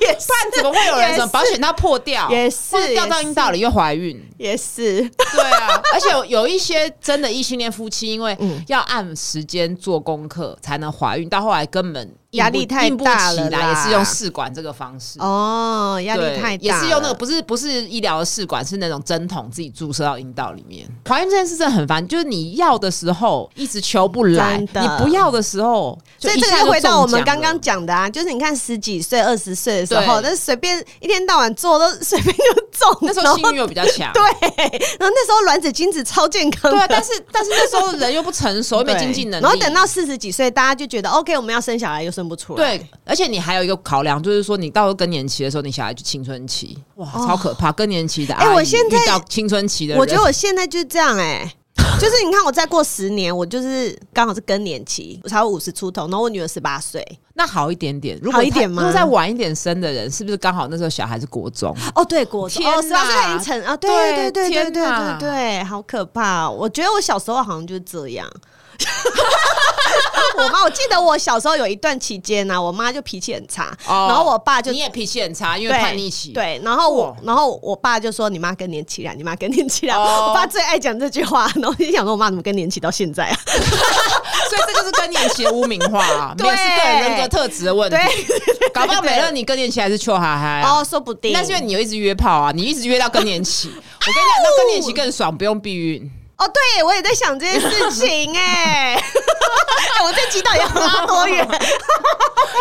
Speaker 1: 也是
Speaker 2: 不然怎么会有人什么
Speaker 1: 也是
Speaker 2: 保险套破掉，
Speaker 1: 也是
Speaker 2: 或者掉到阴道里又怀孕？
Speaker 1: 也是。
Speaker 2: 对啊，而且有有一些真的异性恋夫妻，因为
Speaker 1: 嗯
Speaker 2: 要按时间做功课才能怀孕，到后来根本硬不
Speaker 1: 压力太
Speaker 2: 硬不
Speaker 1: 大了
Speaker 2: 起
Speaker 1: 啦
Speaker 2: 来，也是用试管这个方式。
Speaker 1: 哦，压力
Speaker 2: 对
Speaker 1: 太大了，
Speaker 2: 也是用那个不是不是医疗的试管，是那种针筒自己注射到阴道里面。怀孕这件事真的很烦，就是你要的时候一直求不来，
Speaker 1: 真的
Speaker 2: 你不要的时候，
Speaker 1: 所以
Speaker 2: 就一
Speaker 1: 这
Speaker 2: 下
Speaker 1: 个又
Speaker 2: 就
Speaker 1: 回到
Speaker 2: 中
Speaker 1: 我们
Speaker 2: 奖
Speaker 1: 刚刚
Speaker 2: 了
Speaker 1: 讲的啊，就是你看十几岁、二十岁的时候，
Speaker 2: 对
Speaker 1: 那随便一天到晚做都随便就中，
Speaker 2: 那时
Speaker 1: 然
Speaker 2: 候
Speaker 1: 后
Speaker 2: 性欲又比较 强，
Speaker 1: 对，然后那时候卵子精子超健康的，
Speaker 2: 对啊，但是但是那时候人又不成熟，又没
Speaker 1: 对
Speaker 2: 经济能力，
Speaker 1: 然后等到四十几岁，大家就觉得 OK，我们要生小孩又生不出来，
Speaker 2: 对，而且你还有一个考量，就是说你到了更年期的时候，你小孩就青春期，哇，超可怕！更年期的
Speaker 1: 哎
Speaker 2: 阿姨
Speaker 1: 我现在
Speaker 2: 遇到青春期的人，
Speaker 1: 我觉得我现在就是这样哎、 就是你看，我再过十年，我就是刚好是更年期，我才五十出头，然后我女儿十八岁。
Speaker 2: 那好一点点，如
Speaker 1: 好
Speaker 2: 果
Speaker 1: 一
Speaker 2: 他
Speaker 1: 点吗
Speaker 2: 如果再晚一点生的人，是不是刚好那时候小孩是 国中？
Speaker 1: 哦，对，国中
Speaker 2: 天
Speaker 1: 哦，十八岁
Speaker 2: 哪
Speaker 1: 她已经成啊，对对对
Speaker 2: 对
Speaker 1: 对对
Speaker 2: 天
Speaker 1: 对
Speaker 2: 哪
Speaker 1: 对，好可怕哦、我觉得我小时候好像就是这样，我妈，我记得我小时候有一段期间啊呢、我妈就脾气很差，
Speaker 2: 哦
Speaker 1: 然后我爸就
Speaker 2: 你也脾气很差，因为
Speaker 1: 对
Speaker 2: 叛逆期。，
Speaker 1: 对，然后我
Speaker 2: 哇，
Speaker 1: 然后我爸就说：“你妈更年期了，你妈更年期了。
Speaker 2: 哦
Speaker 1: 我爸最爱讲这句话，然后你想说我妈怎么更年期到现在啊？
Speaker 2: 所以这就是更年期的污名化、啊，没有是
Speaker 1: 对
Speaker 2: 个人人格特质的问题。 搞不好美乐你更年期还是秋哈嗨、啊。
Speaker 1: 哦，说不定
Speaker 2: 那是因为你有一直约炮啊，你一直约到更 年期。我跟你讲，那更年期更爽，不用避孕。
Speaker 1: 哦，对我也在想这件事情哎、 哎我这集到底要拉多远？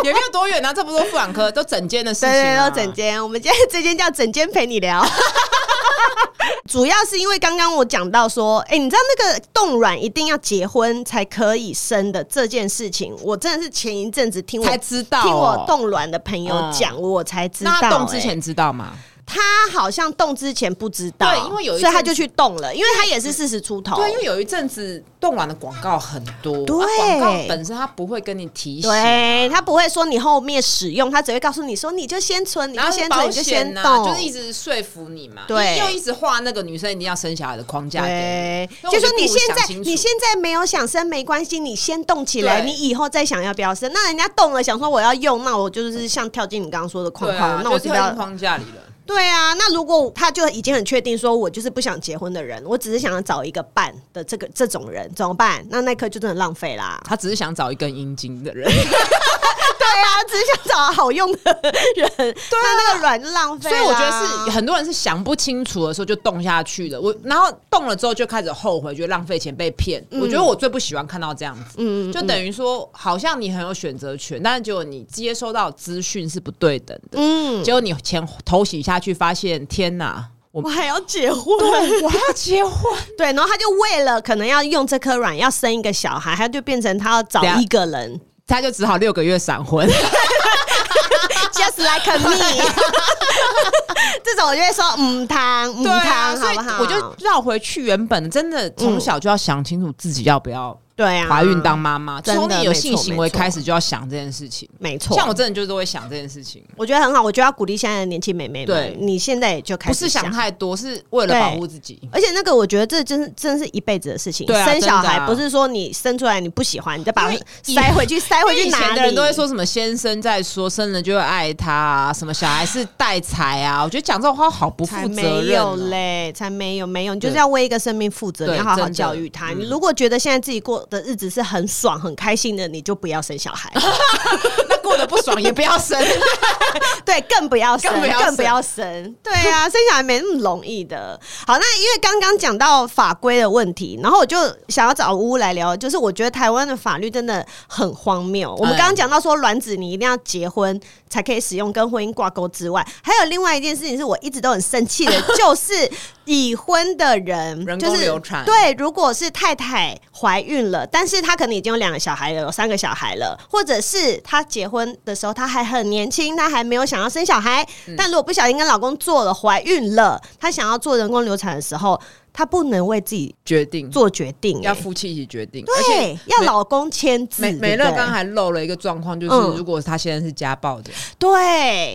Speaker 2: 也没有多远啊，这不都妇产科都整间的事情、
Speaker 1: 对对，
Speaker 2: 啊，
Speaker 1: 都整间。我们今天这间叫整间陪你聊。 主要是因为刚刚我讲到说，哎、你知道那个冻卵一定要结婚才可以生的这件事情，我真的是前一阵子听我
Speaker 2: 才知道、哦。嗯
Speaker 1: 听我，冻卵的朋友讲，我才知道、
Speaker 2: 那他动之
Speaker 1: 欸
Speaker 2: 前知道吗？
Speaker 1: 他好像冻之前不知道，
Speaker 2: 对因为有一
Speaker 1: 所以他就
Speaker 2: 阵子
Speaker 1: 去冻了，因为他也是四十出头，
Speaker 2: 对，因为有一阵子冻卵的广告很多，
Speaker 1: 对
Speaker 2: 啊广、告本身它不会跟你提醒。
Speaker 1: 对他不会说你后面使用，他只会告诉你说你就先存，你
Speaker 2: 然
Speaker 1: 就
Speaker 2: 后
Speaker 1: 先存，
Speaker 2: 保
Speaker 1: 你就先
Speaker 2: 险啊
Speaker 1: 动，
Speaker 2: 呐、就是一直说服你嘛，
Speaker 1: 对
Speaker 2: 又一直画那个女生一定要生小孩的框架给
Speaker 1: 对，
Speaker 2: 那我
Speaker 1: 就
Speaker 2: 就
Speaker 1: 说你
Speaker 2: 不如
Speaker 1: 现在
Speaker 2: 想清楚
Speaker 1: 你现在没有想生没关系，你先动起来，
Speaker 2: 对
Speaker 1: 你以后再想要不要生。那人家动了，想说我要用，那我就是像跳进你刚刚说的
Speaker 2: 你，
Speaker 1: 框
Speaker 2: 对
Speaker 1: 框，
Speaker 2: 啊，
Speaker 1: 那我
Speaker 2: 就是
Speaker 1: 不
Speaker 2: 跳
Speaker 1: 要
Speaker 2: 进框架里了。。
Speaker 1: 对啊，那如果他就已经很确定说，我就是不想结婚的人，我只是想要找一个伴的这个这种人，怎么办？那那刻就真的浪费啦
Speaker 2: 他只是想找一根阴茎的人，
Speaker 1: 对啊，只是想找好用的人， 那那个卵就浪费
Speaker 2: 所
Speaker 1: 啦。
Speaker 2: 以我觉得是很多人是想不清楚的时候就动下去了。我然后动了之后就开始后悔，觉得浪费钱被骗。我觉得我最不喜欢看到这样子，
Speaker 1: 嗯
Speaker 2: 就等于说好像你很有选择权，但是结果你接收到资讯是不对等的，
Speaker 1: 嗯，
Speaker 2: 结果你钱投洗下去，发现天哪，我
Speaker 1: 我还要结婚。
Speaker 2: 我还要结婚，
Speaker 1: 对，然后他就为了可能要用这颗卵要生一个小孩，他就变成他要找
Speaker 2: 等下
Speaker 1: 一个人
Speaker 2: 他就只好六个月闪 婚。
Speaker 1: ，just like me。这种我就会说嗯汤嗯
Speaker 2: 对啊，
Speaker 1: 汤，
Speaker 2: 所
Speaker 1: 好
Speaker 2: 以
Speaker 1: 不好？
Speaker 2: 我就绕回去原本，真的从小就要想清楚自己要不要
Speaker 1: 对啊，
Speaker 2: 怀孕当妈妈，
Speaker 1: 真的
Speaker 2: 从、你有性
Speaker 1: 没错
Speaker 2: 行为
Speaker 1: 没错
Speaker 2: 开始就要想这件事情。
Speaker 1: 没错，
Speaker 2: 像我真的就是会想这件事情，
Speaker 1: 我觉得很好，我觉得要鼓励现在的年轻妹妹们，
Speaker 2: 对
Speaker 1: 你现在也就开
Speaker 2: 不
Speaker 1: 始
Speaker 2: 是想太多，是为了
Speaker 1: 对
Speaker 2: 保护自己。
Speaker 1: 而且那个，我觉得这真是真是一辈子的事情。
Speaker 2: 对啊
Speaker 1: 生小孩
Speaker 2: 真的啊
Speaker 1: 不是说你生出来你不喜欢，你再把它
Speaker 2: 因为以
Speaker 1: 塞回去，塞回
Speaker 2: 因为
Speaker 1: 去
Speaker 2: 以
Speaker 1: 哪
Speaker 2: 前
Speaker 1: 里？
Speaker 2: 的人都会说什么先生在说生了就会爱他啊，什么小孩是带财啊，我觉得讲这种话好不
Speaker 1: 才
Speaker 2: 负责
Speaker 1: 没
Speaker 2: 任
Speaker 1: 有
Speaker 2: 哦、
Speaker 1: 嘞，才没有没有，你就是
Speaker 2: 对
Speaker 1: 要为一个生命负责，
Speaker 2: 对
Speaker 1: 你要好好
Speaker 2: 真的嗯
Speaker 1: 教育他。你如果觉得现在自己过的日子是很爽很开心的，你就不要生小孩，
Speaker 2: 那过得不爽也不要生。
Speaker 1: 对，更不要生，
Speaker 2: 更不要
Speaker 1: 更不要生。对啊，生小孩没那么容易的。好，那因为刚刚讲到法规的问题，然后我就想要找乌来聊，就是我觉得台湾的法律真的很荒谬。我们
Speaker 2: 哎
Speaker 1: 刚刚讲到说，卵子你一定要结婚才可以使用，跟婚姻挂钩之外，还有另外一件事情是我一直都很生气 的，就是已婚的人，
Speaker 2: 人工
Speaker 1: 就是
Speaker 2: 流产
Speaker 1: 对，如果是太太怀孕了，但是她可能已经有两个小孩了，有三个小孩了，或者是她结婚的时候她还很年轻，她还没有想要生小孩，
Speaker 2: 嗯
Speaker 1: 但如果不小心跟老公做了怀孕了，她想要做人工流产的时候，她不能为自己
Speaker 2: 决定
Speaker 1: 做 决定、
Speaker 2: 要
Speaker 1: 欸
Speaker 2: 夫妻一起决定，而且
Speaker 1: 对，要老公签字。
Speaker 2: 美美
Speaker 1: 对
Speaker 2: 乐
Speaker 1: 不对
Speaker 2: 刚还漏了一个状况，就
Speaker 1: 嗯
Speaker 2: 是如果他现在是家暴的，
Speaker 1: 对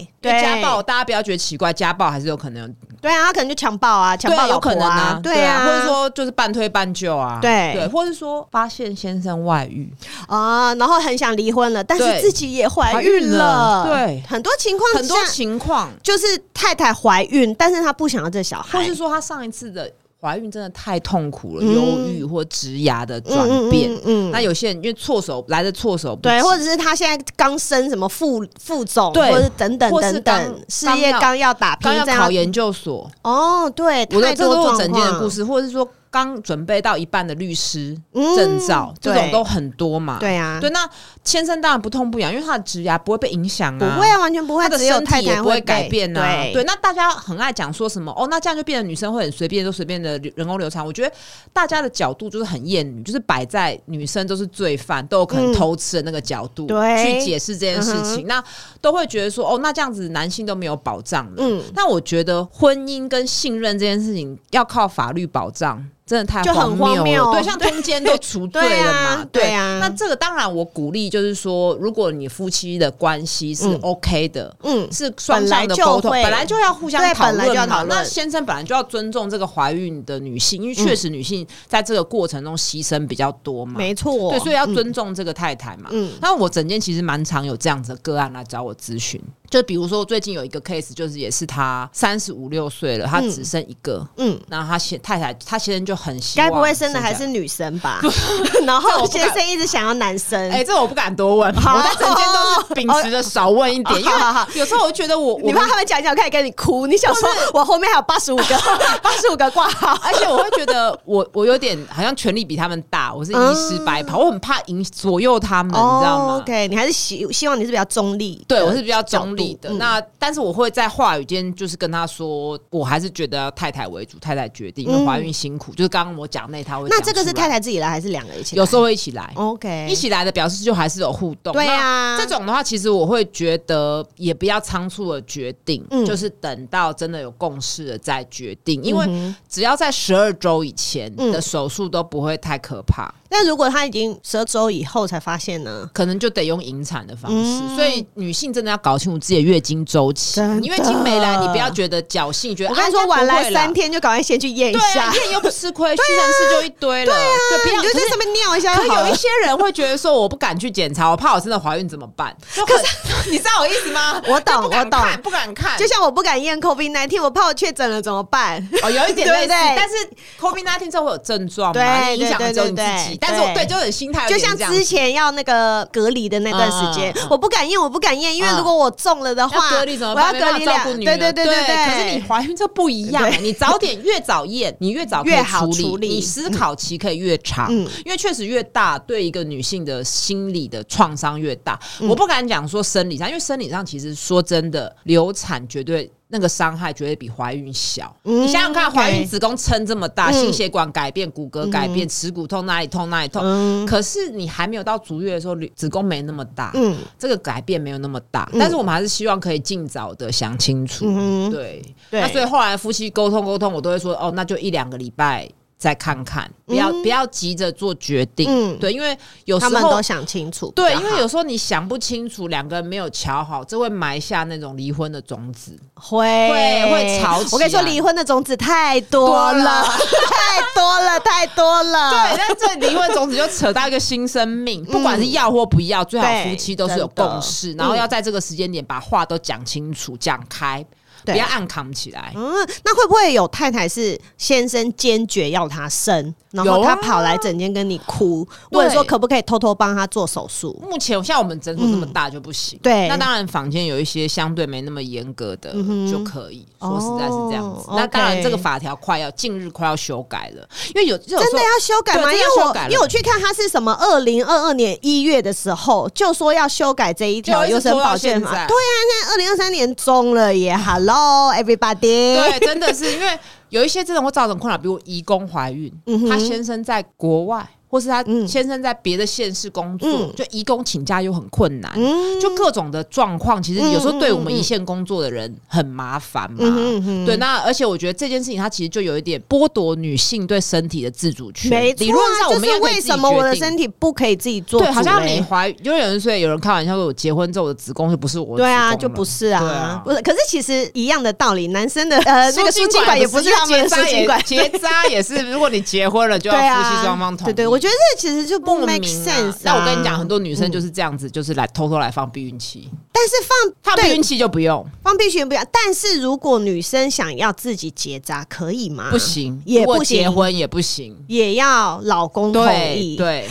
Speaker 2: 因
Speaker 1: 对
Speaker 2: 为家暴，大家不要觉得奇怪，家暴还是有可能有，
Speaker 1: 对啊，他可能就强暴啊，强暴
Speaker 2: 对
Speaker 1: 老婆
Speaker 2: 有可能啊，
Speaker 1: 对啊，
Speaker 2: 或者说就是半推半就啊，
Speaker 1: 对
Speaker 2: 对，或者说发现先生外遇，
Speaker 1: 啊、然后很想离婚了，但是
Speaker 2: 对
Speaker 1: 自己也怀
Speaker 2: 怀
Speaker 1: 孕
Speaker 2: 孕
Speaker 1: 了，
Speaker 2: 了对
Speaker 1: 很多情况
Speaker 2: 很多
Speaker 1: 下
Speaker 2: 情况，
Speaker 1: 就是太太怀孕，但是她不想要这小
Speaker 2: 或
Speaker 1: 孩
Speaker 2: 是，说他上一次的怀孕真的太痛苦了，
Speaker 1: 嗯
Speaker 2: 忧郁或职涯的
Speaker 1: 嗯
Speaker 2: 转变。
Speaker 1: 嗯
Speaker 2: 那有些人因为措手来的措手不及，
Speaker 1: 对，或者是她现在刚生什么副副总，
Speaker 2: 对
Speaker 1: 或者等等
Speaker 2: 或是
Speaker 1: 等等，
Speaker 2: 刚
Speaker 1: 事业
Speaker 2: 刚要
Speaker 1: 刚要打拼
Speaker 2: 刚要
Speaker 1: 这
Speaker 2: 考
Speaker 1: 样，
Speaker 2: 研究所，
Speaker 1: 哦，对，
Speaker 2: 我的
Speaker 1: 太
Speaker 2: 这
Speaker 1: 多
Speaker 2: 都是
Speaker 1: 状
Speaker 2: 我整件的
Speaker 1: 况
Speaker 2: 故，事，或者是说刚准备到一半的律师
Speaker 1: 嗯
Speaker 2: 证照，这
Speaker 1: 对
Speaker 2: 种都很多嘛。
Speaker 1: 对啊，
Speaker 2: 对，那先生当然不痛不痒，因为他的职涯不会被影响啊，
Speaker 1: 不会啊，完全不会，
Speaker 2: 他的
Speaker 1: 只有
Speaker 2: 身
Speaker 1: 太
Speaker 2: 体也
Speaker 1: 太
Speaker 2: 不会
Speaker 1: 被
Speaker 2: 改变啊。
Speaker 1: 对
Speaker 2: 对，那大家很爱讲说什么哦，那这样就变得女生会很随便，就随便的人工流产。我觉得大家的角度就是很厌女，就是摆在女生都是罪犯，都有可
Speaker 1: 嗯
Speaker 2: 能偷吃的那个角度、
Speaker 1: 对
Speaker 2: 去解释这件事情，那都会觉得说哦，那这样子男性都没有保障了。
Speaker 1: 嗯
Speaker 2: 那我觉得婚姻跟信任这件事情要靠法律保障。真的太
Speaker 1: 就很荒
Speaker 2: 谬
Speaker 1: 谬
Speaker 2: 了。对，像通奸 都除罪
Speaker 1: 对
Speaker 2: 了
Speaker 1: 啊
Speaker 2: 嘛，
Speaker 1: 对啊
Speaker 2: 那这个当然我鼓励，就是说，如果你夫妻的关系是
Speaker 1: 嗯
Speaker 2: OK 的，
Speaker 1: 嗯，
Speaker 2: 是双向的沟通，
Speaker 1: 本来就会
Speaker 2: 本来就要互相
Speaker 1: 对
Speaker 2: 讨
Speaker 1: 本来就要
Speaker 2: 论
Speaker 1: 讨
Speaker 2: 嘛。
Speaker 1: 论
Speaker 2: 那先生本来就要尊重这个怀孕的女性，因为确实女性在这个过程中牺牲比较多嘛。
Speaker 1: 没错，啊
Speaker 2: 对，所以要尊重这个太太嘛。
Speaker 1: 嗯
Speaker 2: 嗯，那我整间其实蛮常有这样子的个案来找我咨询，就比如说我最近有一个 case，就是也是他三十五六岁了，他只剩一个，
Speaker 1: 嗯。嗯
Speaker 2: 然后他先太太他先生就很希望
Speaker 1: 该不会生的
Speaker 2: 下来
Speaker 1: 还是女生吧？ 然后先生一直想要男生，
Speaker 2: 哎、这我不敢多问，
Speaker 1: 好
Speaker 2: 我在整间都是秉持着少问一 点，因
Speaker 1: 好好好
Speaker 2: 为有时候我就觉得我我
Speaker 1: 你怕他们讲一讲开始跟你哭，你想说我后面还有八十五 个，八十五个挂号，
Speaker 2: 而且我会觉得我我有点好像权力比他们大，我是医师
Speaker 1: 嗯
Speaker 2: 白袍，我很怕影左右他们，你知道吗
Speaker 1: 哦 OK，你还是希希望你是比较中立的角
Speaker 2: 对
Speaker 1: 度，
Speaker 2: 我是比较中立的，
Speaker 1: 嗯
Speaker 2: 那但是我会在话语间就是跟他说，我还是觉得要太太为主，太太决定，因为
Speaker 1: 嗯
Speaker 2: 怀孕辛苦，就是刚刚我讲那套会讲
Speaker 1: 那
Speaker 2: 出
Speaker 1: 这
Speaker 2: 来。
Speaker 1: 个是太太自己来还是两个一起来？
Speaker 2: 有时候会一起来，
Speaker 1: OK，
Speaker 2: 一起来的表示就还是有互动。
Speaker 1: 对啊
Speaker 2: 那这种的话，其实我会觉得也不要仓促的决定，
Speaker 1: 嗯
Speaker 2: 就是等到真的有共识了再决定，因
Speaker 1: 嗯
Speaker 2: 为
Speaker 1: 哼
Speaker 2: 只要在十二周以前
Speaker 1: 嗯
Speaker 2: 的手术都不会太可怕。
Speaker 1: 那如果他已经十二周以后才发现呢？
Speaker 2: 可能就得用引产的方式，
Speaker 1: 嗯
Speaker 2: 所以女性真的要搞清楚自己的月经周期
Speaker 1: 真的。
Speaker 2: 你月经没来，你不要觉得侥幸，觉得
Speaker 1: 我跟
Speaker 2: 啊
Speaker 1: 你说，
Speaker 2: 应该
Speaker 1: 晚
Speaker 2: 不会
Speaker 1: 来
Speaker 2: 啦
Speaker 1: 三天就赶快先去验一
Speaker 2: 对啊，
Speaker 1: 下，
Speaker 2: 验又不吃 亏，屈臣氏就一堆了，对，不
Speaker 1: 啊你
Speaker 2: 要
Speaker 1: 就在上面尿一下
Speaker 2: 可
Speaker 1: 就好
Speaker 2: 有一
Speaker 1: 了。
Speaker 2: 些人会觉得说，我不敢去检查，我怕我真的怀孕怎么办？就很， 你知道我意思吗？
Speaker 1: 我懂
Speaker 2: 就不敢
Speaker 1: 我懂
Speaker 2: 看不敢看，
Speaker 1: 就像我不敢验 COVID 1 9我怕我确诊了怎么办？
Speaker 2: 哦，有一点
Speaker 1: 对
Speaker 2: 类
Speaker 1: 不
Speaker 2: 似，
Speaker 1: 对
Speaker 2: 但是 COVID 1 9之后会有症状嘛，
Speaker 1: 对
Speaker 2: 你影响的只有你自
Speaker 1: 对
Speaker 2: 己
Speaker 1: 对对对。
Speaker 2: 但是我
Speaker 1: 对
Speaker 2: 对，就很心态有
Speaker 1: 就
Speaker 2: 点这
Speaker 1: 像
Speaker 2: 样子，
Speaker 1: 之前要那个隔离的那段时间
Speaker 2: 嗯嗯嗯，
Speaker 1: 我不敢验，我不敢验，因为如果我中了的话，
Speaker 2: 要隔离怎么
Speaker 1: 我
Speaker 2: 办？
Speaker 1: 要
Speaker 2: 没
Speaker 1: 隔
Speaker 2: 办
Speaker 1: 离
Speaker 2: 法
Speaker 1: 两
Speaker 2: 照顾，女
Speaker 1: 对
Speaker 2: 儿
Speaker 1: 对对对
Speaker 2: 可是你怀孕这不一样、
Speaker 1: 对
Speaker 2: 你早点越早验，你越早可以
Speaker 1: 越好
Speaker 2: 处
Speaker 1: 处理
Speaker 2: 你思考期可以越长。
Speaker 1: 嗯
Speaker 2: 因为确实越大，对一个女性的心理的创伤越大。
Speaker 1: 嗯
Speaker 2: 我不敢讲说生理上，因为生理上其实说真的，流产绝对。那个伤害绝对比怀孕小，
Speaker 1: 嗯
Speaker 2: 你想想看，
Speaker 1: OK
Speaker 2: 怀孕子宫撑这么大，
Speaker 1: 嗯
Speaker 2: 心血管改变、骨骼改变、耻骨痛哪里痛哪里痛，
Speaker 1: 嗯
Speaker 2: 可是你还没有到足月的时候，子宫没那么大，
Speaker 1: 嗯
Speaker 2: 这个改变没有那么大，但是我们还是希望可以尽早的想清楚。
Speaker 1: 嗯哼，
Speaker 2: 对，
Speaker 1: 对
Speaker 2: 那所以后来夫妻沟通沟通，我都会说哦，那就一两个礼拜再看看，不要、不要急着做决定。
Speaker 1: 嗯
Speaker 2: 对，因为有时
Speaker 1: 他们
Speaker 2: 候
Speaker 1: 都想清楚比较
Speaker 2: 对，
Speaker 1: 好，
Speaker 2: 因为有时候你想不清楚，两个人没有瞧好，这会埋下那种离婚的种子。
Speaker 1: 会
Speaker 2: 会会吵起
Speaker 1: 我跟你说，
Speaker 2: 来
Speaker 1: 离婚的种子太多
Speaker 2: 多
Speaker 1: 了
Speaker 2: 了，
Speaker 1: 太多了，太多了。
Speaker 2: 对，但这离婚种子就扯到一个新 生命，不管是要或不要，最好夫妻都是有共识，
Speaker 1: 真的
Speaker 2: 然后要在这个时间点把话都讲清楚、讲开，不
Speaker 1: 对
Speaker 2: 要暗扛起来。
Speaker 1: 嗯，那会不会有太太是先生坚决要她生，然后
Speaker 2: 有啊
Speaker 1: 她跑来整天跟你哭，
Speaker 2: 对
Speaker 1: 或者说可不可以偷偷帮她做手术？
Speaker 2: 目前像我们诊所这么大就不行，
Speaker 1: 嗯对
Speaker 2: 那当然坊间有一些相对没那么严格的就可以，
Speaker 1: 哦
Speaker 2: 说实在是这样子。
Speaker 1: OK
Speaker 2: 那当然这个法条快要近日快要修改了，因为有真
Speaker 1: 真的要修改吗？
Speaker 2: 对
Speaker 1: 因
Speaker 2: 真的
Speaker 1: 为
Speaker 2: 要
Speaker 1: 我
Speaker 2: 修改了
Speaker 1: 因为我去看他是什么，二零二二年一月的时候就说要修改这一条
Speaker 2: 就
Speaker 1: 优
Speaker 2: 一直
Speaker 1: 生
Speaker 2: 拖到
Speaker 1: 保健
Speaker 2: 现
Speaker 1: 法。
Speaker 2: 在
Speaker 1: 对啊，现在二零二三年中了耶，Hello everybody。
Speaker 2: 对，真的是因为有一些这种会造成困扰，比如移工怀孕，
Speaker 1: 嗯哼
Speaker 2: 她先生在国外，或是她
Speaker 1: 嗯
Speaker 2: 先生在别的县市工作，
Speaker 1: 嗯
Speaker 2: 就移工请假又很困难。
Speaker 1: 嗯，
Speaker 2: 就各种的状况，其实有时候对我
Speaker 1: 嗯
Speaker 2: 们
Speaker 1: 嗯嗯
Speaker 2: 一线工作的人很麻烦嘛。
Speaker 1: 嗯哼嗯哼
Speaker 2: 对，那而且我觉得这件事情，它其实就有一点剥夺女性对身体的自主权。
Speaker 1: 没错啊
Speaker 2: 理论上我们
Speaker 1: 就
Speaker 2: 要
Speaker 1: 是
Speaker 2: 可以
Speaker 1: 为
Speaker 2: 自己
Speaker 1: 什么我的
Speaker 2: 决定
Speaker 1: 身体不可以自己做主嘞？欸
Speaker 2: 对，好像你怀，就有人说有人开玩笑说，我结婚之后我的子宫就不是我的
Speaker 1: 对啊，
Speaker 2: 子宫
Speaker 1: 就
Speaker 2: 了
Speaker 1: 不是啊，
Speaker 2: 对啊
Speaker 1: 不是。可是其实一样的道理，男生的 呃那个输精管也不是他们的输精管，
Speaker 2: 结扎也是。如果你结婚了，就要
Speaker 1: 对
Speaker 2: 夫
Speaker 1: 啊，
Speaker 2: 妻双方同意。
Speaker 1: 对对，我觉得这其实就不
Speaker 2: 莫
Speaker 1: make
Speaker 2: 名啊
Speaker 1: sense、啊。嗯
Speaker 2: 那我跟你讲，很，多女生就是这样子，就是来偷偷来放避孕期，
Speaker 1: 但是放
Speaker 2: 放
Speaker 1: 对
Speaker 2: 避孕期就不用，
Speaker 1: 放避孕不要，但是如果女生想要自己结扎，可以吗？
Speaker 2: 不，行，
Speaker 1: 也
Speaker 2: 如果
Speaker 1: 不行
Speaker 2: 结婚也不行。
Speaker 1: 也要老公同
Speaker 2: 对
Speaker 1: 意。
Speaker 2: 对。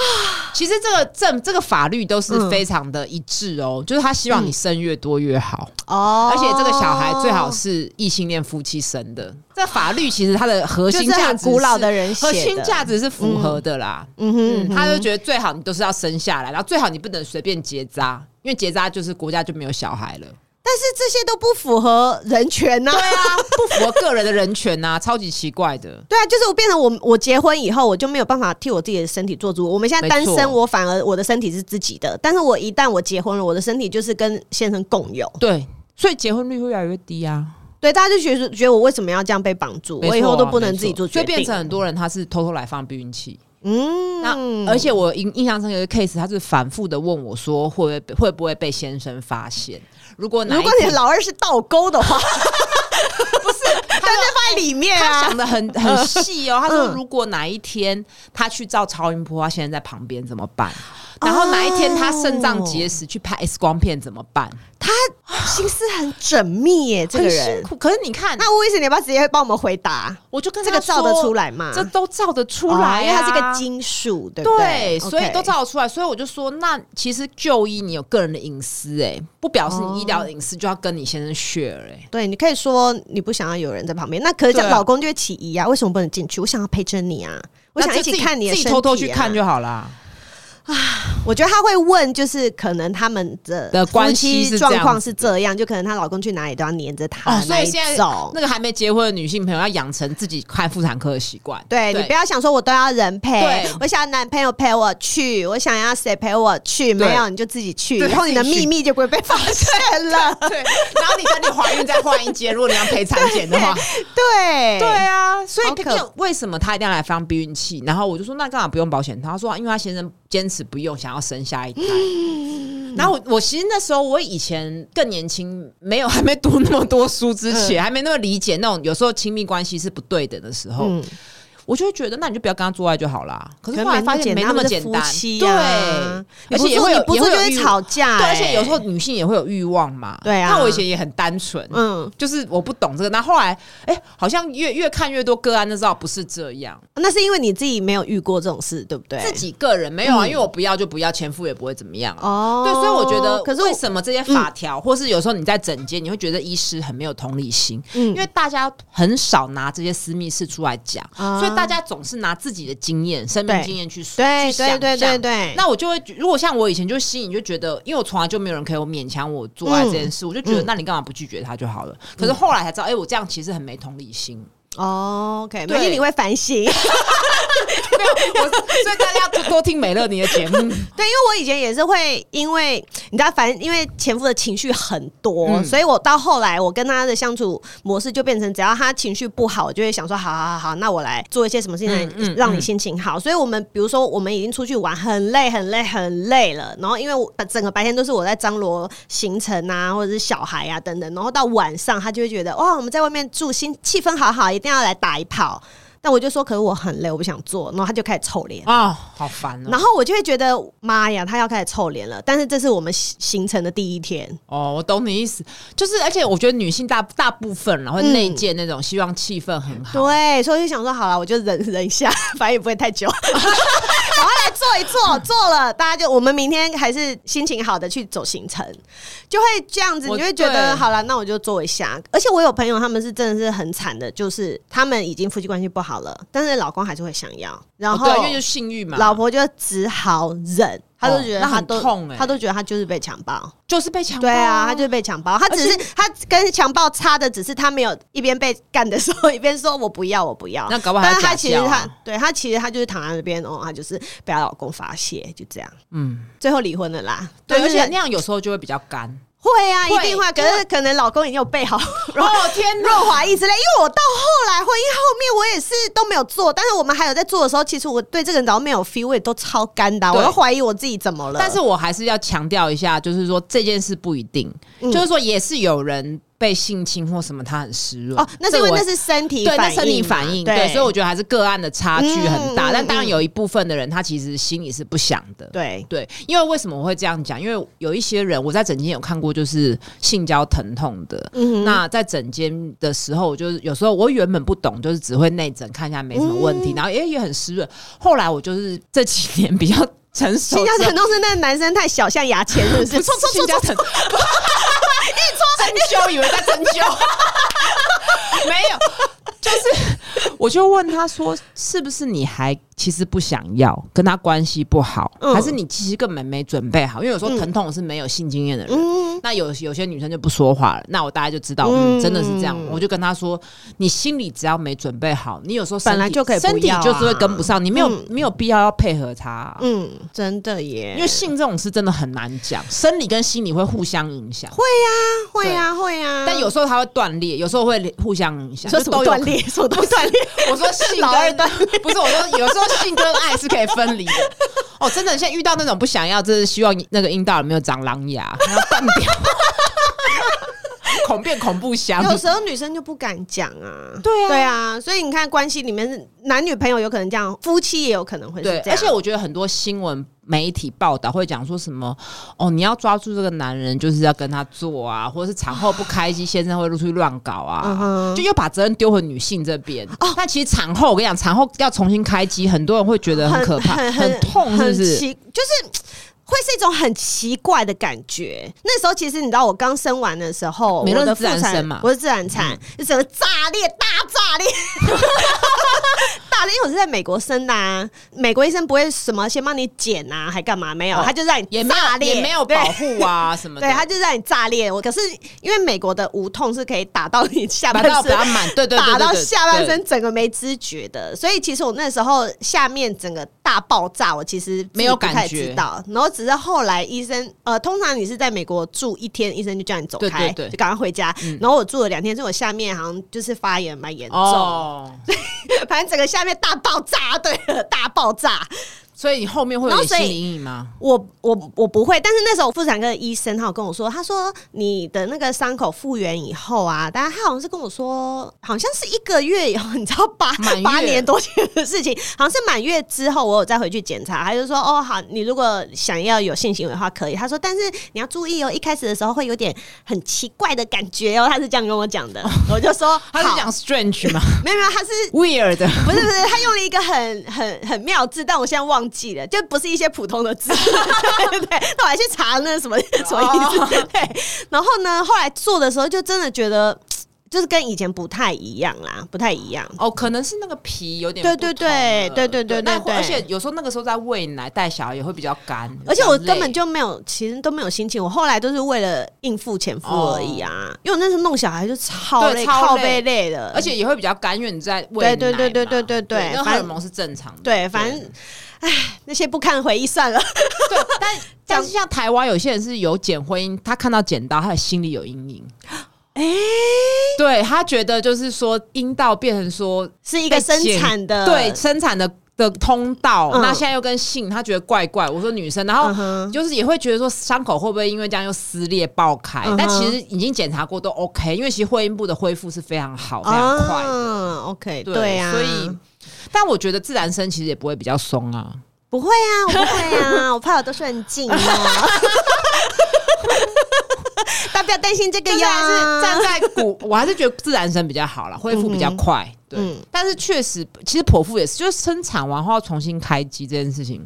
Speaker 2: 其实这个政这个法律都是非常的一致哦，就是他希望你生越多越好，
Speaker 1: 哦，
Speaker 2: 而且这个小孩最好是异性恋夫妻生的。这法律其实它的核心
Speaker 1: 就是
Speaker 2: 价
Speaker 1: 很
Speaker 2: 值
Speaker 1: 古老
Speaker 2: 是
Speaker 1: 的人写
Speaker 2: 核心
Speaker 1: 的
Speaker 2: 价值是符合的啦。
Speaker 1: 嗯
Speaker 2: 嗯，
Speaker 1: 哼，
Speaker 2: 他就觉得最好你都是要生下来，然后最好你不能随便结扎，因为结扎就是国家就没有小孩了。
Speaker 1: 但是这些都不符合人权呐、
Speaker 2: 对啊，不符合个人的人权呐、超级奇怪的。
Speaker 1: 对啊，就是我变成我，我结婚以后我就没有办法替我自己的身体做主。我们现在单
Speaker 2: 没
Speaker 1: 身，
Speaker 2: 错
Speaker 1: 我反而我的身体是自己的，但是我一旦我结婚了，我的身体就是跟先生共有。
Speaker 2: 对，所以结婚率会越来越低啊。
Speaker 1: 对，大家就觉得觉得我为什么要这样被绑住？
Speaker 2: 没
Speaker 1: 我以后
Speaker 2: 错
Speaker 1: 都不能自己做
Speaker 2: 所
Speaker 1: 决
Speaker 2: 以变
Speaker 1: 定。
Speaker 2: 成很多人他是偷偷来放避孕器。
Speaker 1: 嗯，
Speaker 2: 那而且我印印象中有一个 case，他是反复的问我说会不会会不会被先生发现？如果哪一
Speaker 1: 如果你
Speaker 2: 天
Speaker 1: 的老二是倒钩的 话，不是， 但是放在里面
Speaker 2: 他
Speaker 1: 啊
Speaker 2: 想。的很很细哦，他说
Speaker 1: 嗯
Speaker 2: 如果哪一天他去照超音波，他现在在旁边怎么办？
Speaker 1: 哦
Speaker 2: 然后哪一天他肾脏结石去拍 X 光片怎么办？
Speaker 1: 他心思很缜密耶，这个
Speaker 2: 很辛
Speaker 1: 人。
Speaker 2: 苦。可是你看，
Speaker 1: 那吴医生，你要不要直接帮我们回答？
Speaker 2: 我就跟
Speaker 1: 这个
Speaker 2: 他说
Speaker 1: 照得出来吗
Speaker 2: 这都照得出
Speaker 1: 哦
Speaker 2: 来、啊
Speaker 1: 因为它是个金属，对不
Speaker 2: 对，
Speaker 1: OK
Speaker 2: 所以都照得出来。所以我就说，那其实就医你有个人的隐私、哎，不表示你医疗隐私就要跟你先生 share，哎、
Speaker 1: 对，你可以说你不想要有人在旁边，那可是这样
Speaker 2: 对啊
Speaker 1: 老公就会起疑啊，为什么不能进去？我想要陪着你啊，我
Speaker 2: 那
Speaker 1: 想
Speaker 2: 就
Speaker 1: 一起
Speaker 2: 自己
Speaker 1: 看你的、啊
Speaker 2: 自己偷偷去看。就好啦。
Speaker 1: 我觉得他会问，就是可能他们的
Speaker 2: 的关系
Speaker 1: 夫
Speaker 2: 是
Speaker 1: 妻
Speaker 2: 这样
Speaker 1: 状
Speaker 2: 子
Speaker 1: 况是这样，就可能她老公去哪里都要黏着她
Speaker 2: 哦，所
Speaker 1: 那
Speaker 2: 以
Speaker 1: 一
Speaker 2: 现在
Speaker 1: 种。
Speaker 2: 那个还没结婚的女性朋友要养成自己看妇产科的习惯。
Speaker 1: 对你不要想说我都要人陪
Speaker 2: 对，
Speaker 1: 我想要男朋友陪我去，我想要谁陪我去，
Speaker 2: 对
Speaker 1: 没有你就自己去，
Speaker 2: 对
Speaker 1: 以后你的
Speaker 2: 自己
Speaker 1: 秘
Speaker 2: 去
Speaker 1: 密就不会被发现了。
Speaker 2: 对， 然后你等你怀孕再换一间，如果你要陪产检的话，
Speaker 1: 对
Speaker 2: 对啊，所
Speaker 1: 欸好
Speaker 2: 以
Speaker 1: 可
Speaker 2: 没有为什么他一定要来放避孕器？然后我就说那干嘛不用保险套？他说因为他先生坚持不用，想要生下一胎。
Speaker 1: 嗯
Speaker 2: 然后我我其实那时候我以前更年轻，没有还没读那么多书之
Speaker 1: 嗯
Speaker 2: 前，还没那么理解那种有时候亲密关系是不对等的时候，
Speaker 1: 嗯
Speaker 2: 我就会觉得那你就不要跟他做爱就好啦。可是
Speaker 1: 可
Speaker 2: 后来
Speaker 1: 能
Speaker 2: 发
Speaker 1: 没
Speaker 2: 现没
Speaker 1: 那
Speaker 2: 那么
Speaker 1: 么
Speaker 2: 简
Speaker 1: 简单，他们
Speaker 2: 单，
Speaker 1: 是夫妻
Speaker 2: 对
Speaker 1: 啊，，
Speaker 2: 而且也会
Speaker 1: 你
Speaker 2: 有
Speaker 1: 不
Speaker 2: 也
Speaker 1: 做
Speaker 2: 会
Speaker 1: 就
Speaker 2: 有
Speaker 1: 会
Speaker 2: 欲
Speaker 1: 吵架、
Speaker 2: 对，而且有时候
Speaker 1: 欸
Speaker 2: 女性也会有欲望嘛。
Speaker 1: 对啊
Speaker 2: 那我以前也很单纯，
Speaker 1: 嗯，
Speaker 2: 就是我不懂这个。那后来，哎、好像越越看越多个案，就知道不是这样。
Speaker 1: 那是因为你自己没有遇过这种事，对不对？
Speaker 2: 自己个人没有啊，
Speaker 1: 嗯
Speaker 2: 因为我不要就不要，前夫也不会怎么样啊。
Speaker 1: 哦，
Speaker 2: 对，所以我觉得，
Speaker 1: 可是嗯
Speaker 2: 为什么这些法条，或是有时候你在整间，你会觉得医师很没有同理心，
Speaker 1: 嗯
Speaker 2: 因为大家很少拿这些私密事出来讲，
Speaker 1: 啊
Speaker 2: 所以大家总是拿自己的经验、生
Speaker 1: 对
Speaker 2: 命经验去说，
Speaker 1: 对
Speaker 2: 去
Speaker 1: 对
Speaker 2: 想
Speaker 1: 对对
Speaker 2: 象
Speaker 1: 对，
Speaker 2: 那我就会，如果像我以前就心里就觉得，因为我从来就没有人可以勉强我做爱这件事，我就觉得那你干嘛不拒绝他就好了。可是后来才知道，哎、我这样其实很没同理心。
Speaker 1: 哦，OK，
Speaker 2: 对
Speaker 1: 没事，你会反省。
Speaker 2: 没有， 我所以大家要多多听美乐你的节目。
Speaker 1: 对，因为我以前也是会，因为你知道，反正因为前夫的情绪很多，
Speaker 2: 嗯
Speaker 1: 所以我到后来我跟他的相处模式就变成，只要他情绪不好，我就会想说，好好好好，那我来做一些什么事情让你、
Speaker 2: 嗯嗯
Speaker 1: 让你心情好。所以我们比如说，我们已经出去玩很累很累很累了，然后因为我整个白天都是我在张罗行程啊，或者是小孩啊等等，然后到晚上他就会觉得，哦哇，我们在外面住，心气氛好好，一定要来打一炮。但我就说，可是我很累，我不想做，然后他就开始臭脸。
Speaker 2: 啊、好烦哦、
Speaker 1: 然后我就会觉得，妈呀，他要开始臭脸了。但是这是我们行行程的第一天，
Speaker 2: 哦，我懂你意思，就是而且我觉得女性大大部分然后
Speaker 1: 嗯
Speaker 2: 内建那种希望气氛很好。哦
Speaker 1: 对，所以我就想说，好了，我就忍忍一下， 反正也不会太久，然后来做一做，做了，大家就我们明天还是心情好的去走行程，就会这样子，
Speaker 2: 我
Speaker 1: 你就会觉得
Speaker 2: 对
Speaker 1: 好了，那我就做一下。而且我有朋友，他们是真的是很惨的，就是他们已经夫妻关系不好了，但是老公还是会想要，然
Speaker 2: 哦
Speaker 1: 后、
Speaker 2: 对啊，因为就是性欲嘛，
Speaker 1: 老婆就只好忍。他都
Speaker 2: 哦
Speaker 1: 觉得
Speaker 2: 那
Speaker 1: 他
Speaker 2: 很
Speaker 1: 都、
Speaker 2: 痛欸
Speaker 1: 他都觉得他就是被强暴，
Speaker 2: 就是被强暴。
Speaker 1: 对啊，他就是被强暴，他只是他跟强暴差的只是他没有一边被干的时候一边说我不要我不要，
Speaker 2: 那搞不好
Speaker 1: 但
Speaker 2: 还
Speaker 1: 是他其实
Speaker 2: 假笑啊
Speaker 1: 他对他其实他就是躺在那边哦，他就是被她老公发泄，就这样，
Speaker 2: 嗯，
Speaker 1: 最后离婚了啦。
Speaker 2: 对，
Speaker 1: 就
Speaker 2: 而
Speaker 1: 是
Speaker 2: 且那样有时候就会比较干。
Speaker 1: 会啊，一
Speaker 2: 会
Speaker 1: 定会啊，可是可能老公已经有备好
Speaker 2: 哦天哪！
Speaker 1: 润滑液之类，因为我到后来婚姻后面我也是都没有做，但是我们还有在做的时候，其实我对这个人早没有 feel，我也都超干的啊，我
Speaker 2: 对
Speaker 1: 都怀疑我自己怎么了。
Speaker 2: 但是我还是要强调一下，就是说这件事不一定，
Speaker 1: 嗯
Speaker 2: 就是说也是有人被性侵或什么，他很湿润
Speaker 1: 哦，那是因为
Speaker 2: 这我
Speaker 1: 那是身体
Speaker 2: 对，那
Speaker 1: 反
Speaker 2: 生理
Speaker 1: 应嘛
Speaker 2: 反应对，所以我觉得还是个案的差距很
Speaker 1: 嗯
Speaker 2: 大。
Speaker 1: 嗯
Speaker 2: 但当
Speaker 1: 嗯
Speaker 2: 然有一部分的人，他其实心里是不想的。
Speaker 1: 对
Speaker 2: 对，因为为什么我会这样讲？因为有一些人，我在整间有看过，就是性交疼痛的。
Speaker 1: 嗯
Speaker 2: 那在整间的时候，我就是有时候我原本不懂，就是只会内诊看一下没什么问
Speaker 1: 嗯
Speaker 2: 题，然后也也很湿润。后来我就是这几年比较成熟之
Speaker 1: 新
Speaker 2: 后，
Speaker 1: 疆疼痛是那个男生太小，像牙签，是不是？
Speaker 2: 不错错错错错，一搓针灸，以为在针 灸，没有，就是我就问他说，是不是你还其实不想要，跟他关系不好，
Speaker 1: 嗯
Speaker 2: 还是你其实根本没准备好？因为有时候
Speaker 1: 嗯
Speaker 2: 疼痛是没有性经验的人，
Speaker 1: 嗯，
Speaker 2: 那有有些女生就不说话了，那我大概就知道，
Speaker 1: 嗯
Speaker 2: 嗯，真的是这样。
Speaker 1: 嗯
Speaker 2: 我就跟她说，你心里只要没准备好，你有时候身
Speaker 1: 本
Speaker 2: 体
Speaker 1: 来就可以不
Speaker 2: 身体
Speaker 1: 要啊
Speaker 2: 就是会跟不上，你没有、
Speaker 1: 嗯
Speaker 2: 没有必要要配合她啊、
Speaker 1: 嗯，真的耶，
Speaker 2: 因为性这种事真的很难讲，生理跟心理会互相影响，会，
Speaker 1: 会啊会啊，
Speaker 2: 但有时候它会断裂，有时候会互相影响，
Speaker 1: 说
Speaker 2: 就
Speaker 1: 什
Speaker 2: 都
Speaker 1: 么
Speaker 2: 有
Speaker 1: 断裂，什么都断裂，
Speaker 2: 我说性
Speaker 1: 老二
Speaker 2: 跟
Speaker 1: 断
Speaker 2: 不是我说，有时候性跟爱是可以分离的。哦，真的，现在遇到那种不想要，就是希望那个阴道有没有长狼牙，然后断掉， 恐变恐怖箱。
Speaker 1: 有时候女生就不敢讲啊，
Speaker 2: 对啊
Speaker 1: 对啊，所以你看关系里面是男女朋友有可能这样，夫妻也有可能会是
Speaker 2: 对，
Speaker 1: 这样，
Speaker 2: 而且我觉得很多新闻媒体报道会讲说什么哦，你要抓住这个男人，就是要跟他做啊，或者是产后不开机，先生会出去乱搞
Speaker 1: 嗯
Speaker 2: 啊，
Speaker 1: 哼哦
Speaker 2: 就又把责任丢回女性这边。但其实产后，我跟你讲，产后要重新开机，很多人会觉得很可怕、
Speaker 1: 很
Speaker 2: 很痛，是不
Speaker 1: 很
Speaker 2: 是？
Speaker 1: 奇，就是。会是一种很奇怪的感觉。那时候其实你知道，我刚生完的时候，
Speaker 2: 美乐
Speaker 1: 我的
Speaker 2: 是自然
Speaker 1: 妇产
Speaker 2: 生嘛嗯
Speaker 1: 我是自然产，就整个炸裂，大炸裂， 大裂。因为我是在美国生的、啊，美国医生不会什么先帮你剪啊，还干嘛没有，
Speaker 2: 哦
Speaker 1: 他就让你
Speaker 2: 也没
Speaker 1: 炸
Speaker 2: 有
Speaker 1: 裂，
Speaker 2: 也没有
Speaker 1: 对
Speaker 2: 保护啊什么的，
Speaker 1: 对，他就让你炸裂。我可是因为美国的无痛是可以打到你下
Speaker 2: 打
Speaker 1: 半
Speaker 2: 到比
Speaker 1: 身，
Speaker 2: 较满，对对对，
Speaker 1: 打
Speaker 2: 对
Speaker 1: 到
Speaker 2: 对
Speaker 1: 下半
Speaker 2: 对
Speaker 1: 身整个没知觉的，所以其实我那时候下面整个大爆炸，我其实自己
Speaker 2: 没有
Speaker 1: 不太
Speaker 2: 感觉
Speaker 1: 知道。然后只是后来医生，呃，通常你是在美国住一天，医生就叫你走
Speaker 2: 对
Speaker 1: 开，
Speaker 2: 对对嗯
Speaker 1: 就赶快回家。然后我住了两天，所以我下面好像就是发炎蛮严重，
Speaker 2: 哦，
Speaker 1: 反正整个下面大爆炸，对 了，大爆炸。
Speaker 2: 所以你后面会有
Speaker 1: 然后
Speaker 2: 点
Speaker 1: 所以
Speaker 2: 心理阴影吗？
Speaker 1: 我我我不会，但是那时候我妇产科的医生他有跟我说，他说你的那个伤口复原以后啊，但他好像是跟我说，好像是一个月以后，你知道八
Speaker 2: 满月
Speaker 1: 八年多前的事情，好像是满月之后，我有再回去检查，他就说哦好，你如果想要有性行为的话可以，他说但是你要注意哦，一开始的时候会有点很奇怪的感觉哦，他是这样跟我讲的，我就说
Speaker 2: 他是
Speaker 1: 好
Speaker 2: 讲 strange 吗
Speaker 1: 没有没有，他是
Speaker 2: ？weird，
Speaker 1: 不是不是，他用了一个很很很妙的字，但我现在忘记了，就不是一些普通的 字。对对对，那我还去查那
Speaker 2: 哦
Speaker 1: 什么什么意思。对，然后呢，后来做的时候就真的觉得，就是跟以前不太一样啦，不太一样。
Speaker 2: 哦，可能是那个皮有点
Speaker 1: 对
Speaker 2: 不同
Speaker 1: 对对
Speaker 2: 了
Speaker 1: 对对对对
Speaker 2: 那会
Speaker 1: 对
Speaker 2: 而且有时候那个时候在喂奶带小孩也会比较干，
Speaker 1: 而且我
Speaker 2: 比较
Speaker 1: 根
Speaker 2: 累
Speaker 1: 本就没有，其实都没有心情。我后来都是为了应付前夫而已啊，因为我那时候弄小孩就超
Speaker 2: 哦对
Speaker 1: 累，
Speaker 2: 超
Speaker 1: 靠
Speaker 2: 累
Speaker 1: 背累的，
Speaker 2: 而且也会比较干，因为你在喂奶
Speaker 1: 对
Speaker 2: 嘛，
Speaker 1: 对对对对对对
Speaker 2: 对，那荷
Speaker 1: 反
Speaker 2: 尔蒙是正常的，
Speaker 1: 对，反正。唉，那些不堪的回忆算了。
Speaker 2: 对，但但是像台湾有些人是有剪婚姻，他看到剪刀，他的心里有阴影。哎、对他觉得就是说阴道变成说
Speaker 1: 是一个
Speaker 2: 被
Speaker 1: 生
Speaker 2: 剪
Speaker 1: 产的
Speaker 2: 对生产的的通道，
Speaker 1: 呃嗯
Speaker 2: 那现在又跟性，他觉得怪怪。我说女生，然
Speaker 1: 嗯哼
Speaker 2: 后就是也会觉得说伤口会不会因为这样又撕裂爆开？
Speaker 1: 嗯哼
Speaker 2: 但其实已经检查过都 OK，因为其实会阴部的恢复是非常好、非常快的。
Speaker 1: 嗯，OK，
Speaker 2: 对
Speaker 1: 对啊，
Speaker 2: 所以。但我觉得自然生其实也不会比较松啊，
Speaker 1: 不会啊，我不会啊，我怕我都是很近 哦。大家不要担心这个
Speaker 2: 就是还是
Speaker 1: 呀
Speaker 2: 站，在 骨，我还是觉得自然生比较好啦，恢复比较快。对，
Speaker 1: 嗯
Speaker 2: 但是确实，其实剖腹也是，就是生产完后要重新开机这件事情，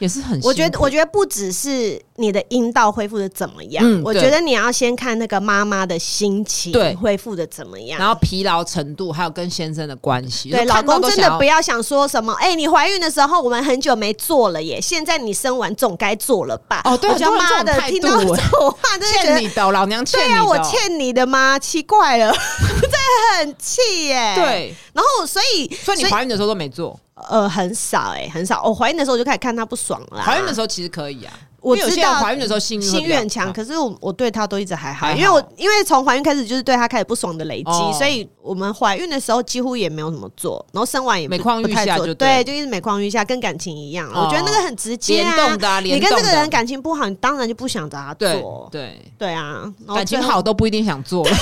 Speaker 2: 也嗯是很辛苦。
Speaker 1: 我觉得，我觉得不只是你的阴道恢复的怎么样，
Speaker 2: 嗯
Speaker 1: 我
Speaker 2: 对
Speaker 1: 觉得你要先看那个妈妈的心情
Speaker 2: 对
Speaker 1: 恢复的怎么样。
Speaker 2: 然后疲劳程度，还有跟先生的关系，
Speaker 1: 对，
Speaker 2: 就
Speaker 1: 老
Speaker 2: 看到
Speaker 1: 公
Speaker 2: 都
Speaker 1: 真
Speaker 2: 想
Speaker 1: 的
Speaker 2: 要
Speaker 1: 不要想说什么，哎、你怀孕的时候我们很久没做了耶，现在你生完总该做了吧？
Speaker 2: 哦对
Speaker 1: 我就
Speaker 2: 很多人
Speaker 1: 妈
Speaker 2: 这种
Speaker 1: 的，
Speaker 2: 态
Speaker 1: 听
Speaker 2: 度
Speaker 1: 到这
Speaker 2: 哎
Speaker 1: 种话真的觉得
Speaker 2: 欠你的哦，老娘欠
Speaker 1: 对
Speaker 2: 你的
Speaker 1: 啊，
Speaker 2: 哦，
Speaker 1: 我欠你的吗？奇怪了， 这很气耶、，
Speaker 2: 对，
Speaker 1: 然后欸所以
Speaker 2: 所以你怀孕的时候都没做，
Speaker 1: 呃很少哎、很少。我怀孕的时候我就开始看他不爽了、
Speaker 2: 怀孕的时
Speaker 1: 候
Speaker 2: 候其实可以啊，
Speaker 1: 啊我
Speaker 2: 因为有
Speaker 1: 知
Speaker 2: 些人
Speaker 1: 道
Speaker 2: 怀孕的时候性欲会
Speaker 1: 心
Speaker 2: 比较
Speaker 1: 愿强，
Speaker 2: 大
Speaker 1: 可是我我对他都一直还好，
Speaker 2: 嗯还好
Speaker 1: 因为我因为从怀孕开始就是对他开始不爽的累积，
Speaker 2: 哦
Speaker 1: 所以我们怀孕的时候几乎也没有怎么做，然后生完也不
Speaker 2: 每况愈
Speaker 1: 不太
Speaker 2: 下
Speaker 1: 做
Speaker 2: 就
Speaker 1: 对，
Speaker 2: 对
Speaker 1: 就一直每况愈下，跟感情一样。
Speaker 2: 哦
Speaker 1: 我觉得那个很直接
Speaker 2: 联
Speaker 1: 啊
Speaker 2: 动，的啊，
Speaker 1: 你
Speaker 2: 联
Speaker 1: 跟
Speaker 2: 动
Speaker 1: 这个
Speaker 2: 的
Speaker 1: 人感情不好，你当然就不想找他
Speaker 2: 对
Speaker 1: 做。
Speaker 2: 对，
Speaker 1: 对啊，然后
Speaker 2: 感情
Speaker 1: 最后
Speaker 2: 好都不一定想做了。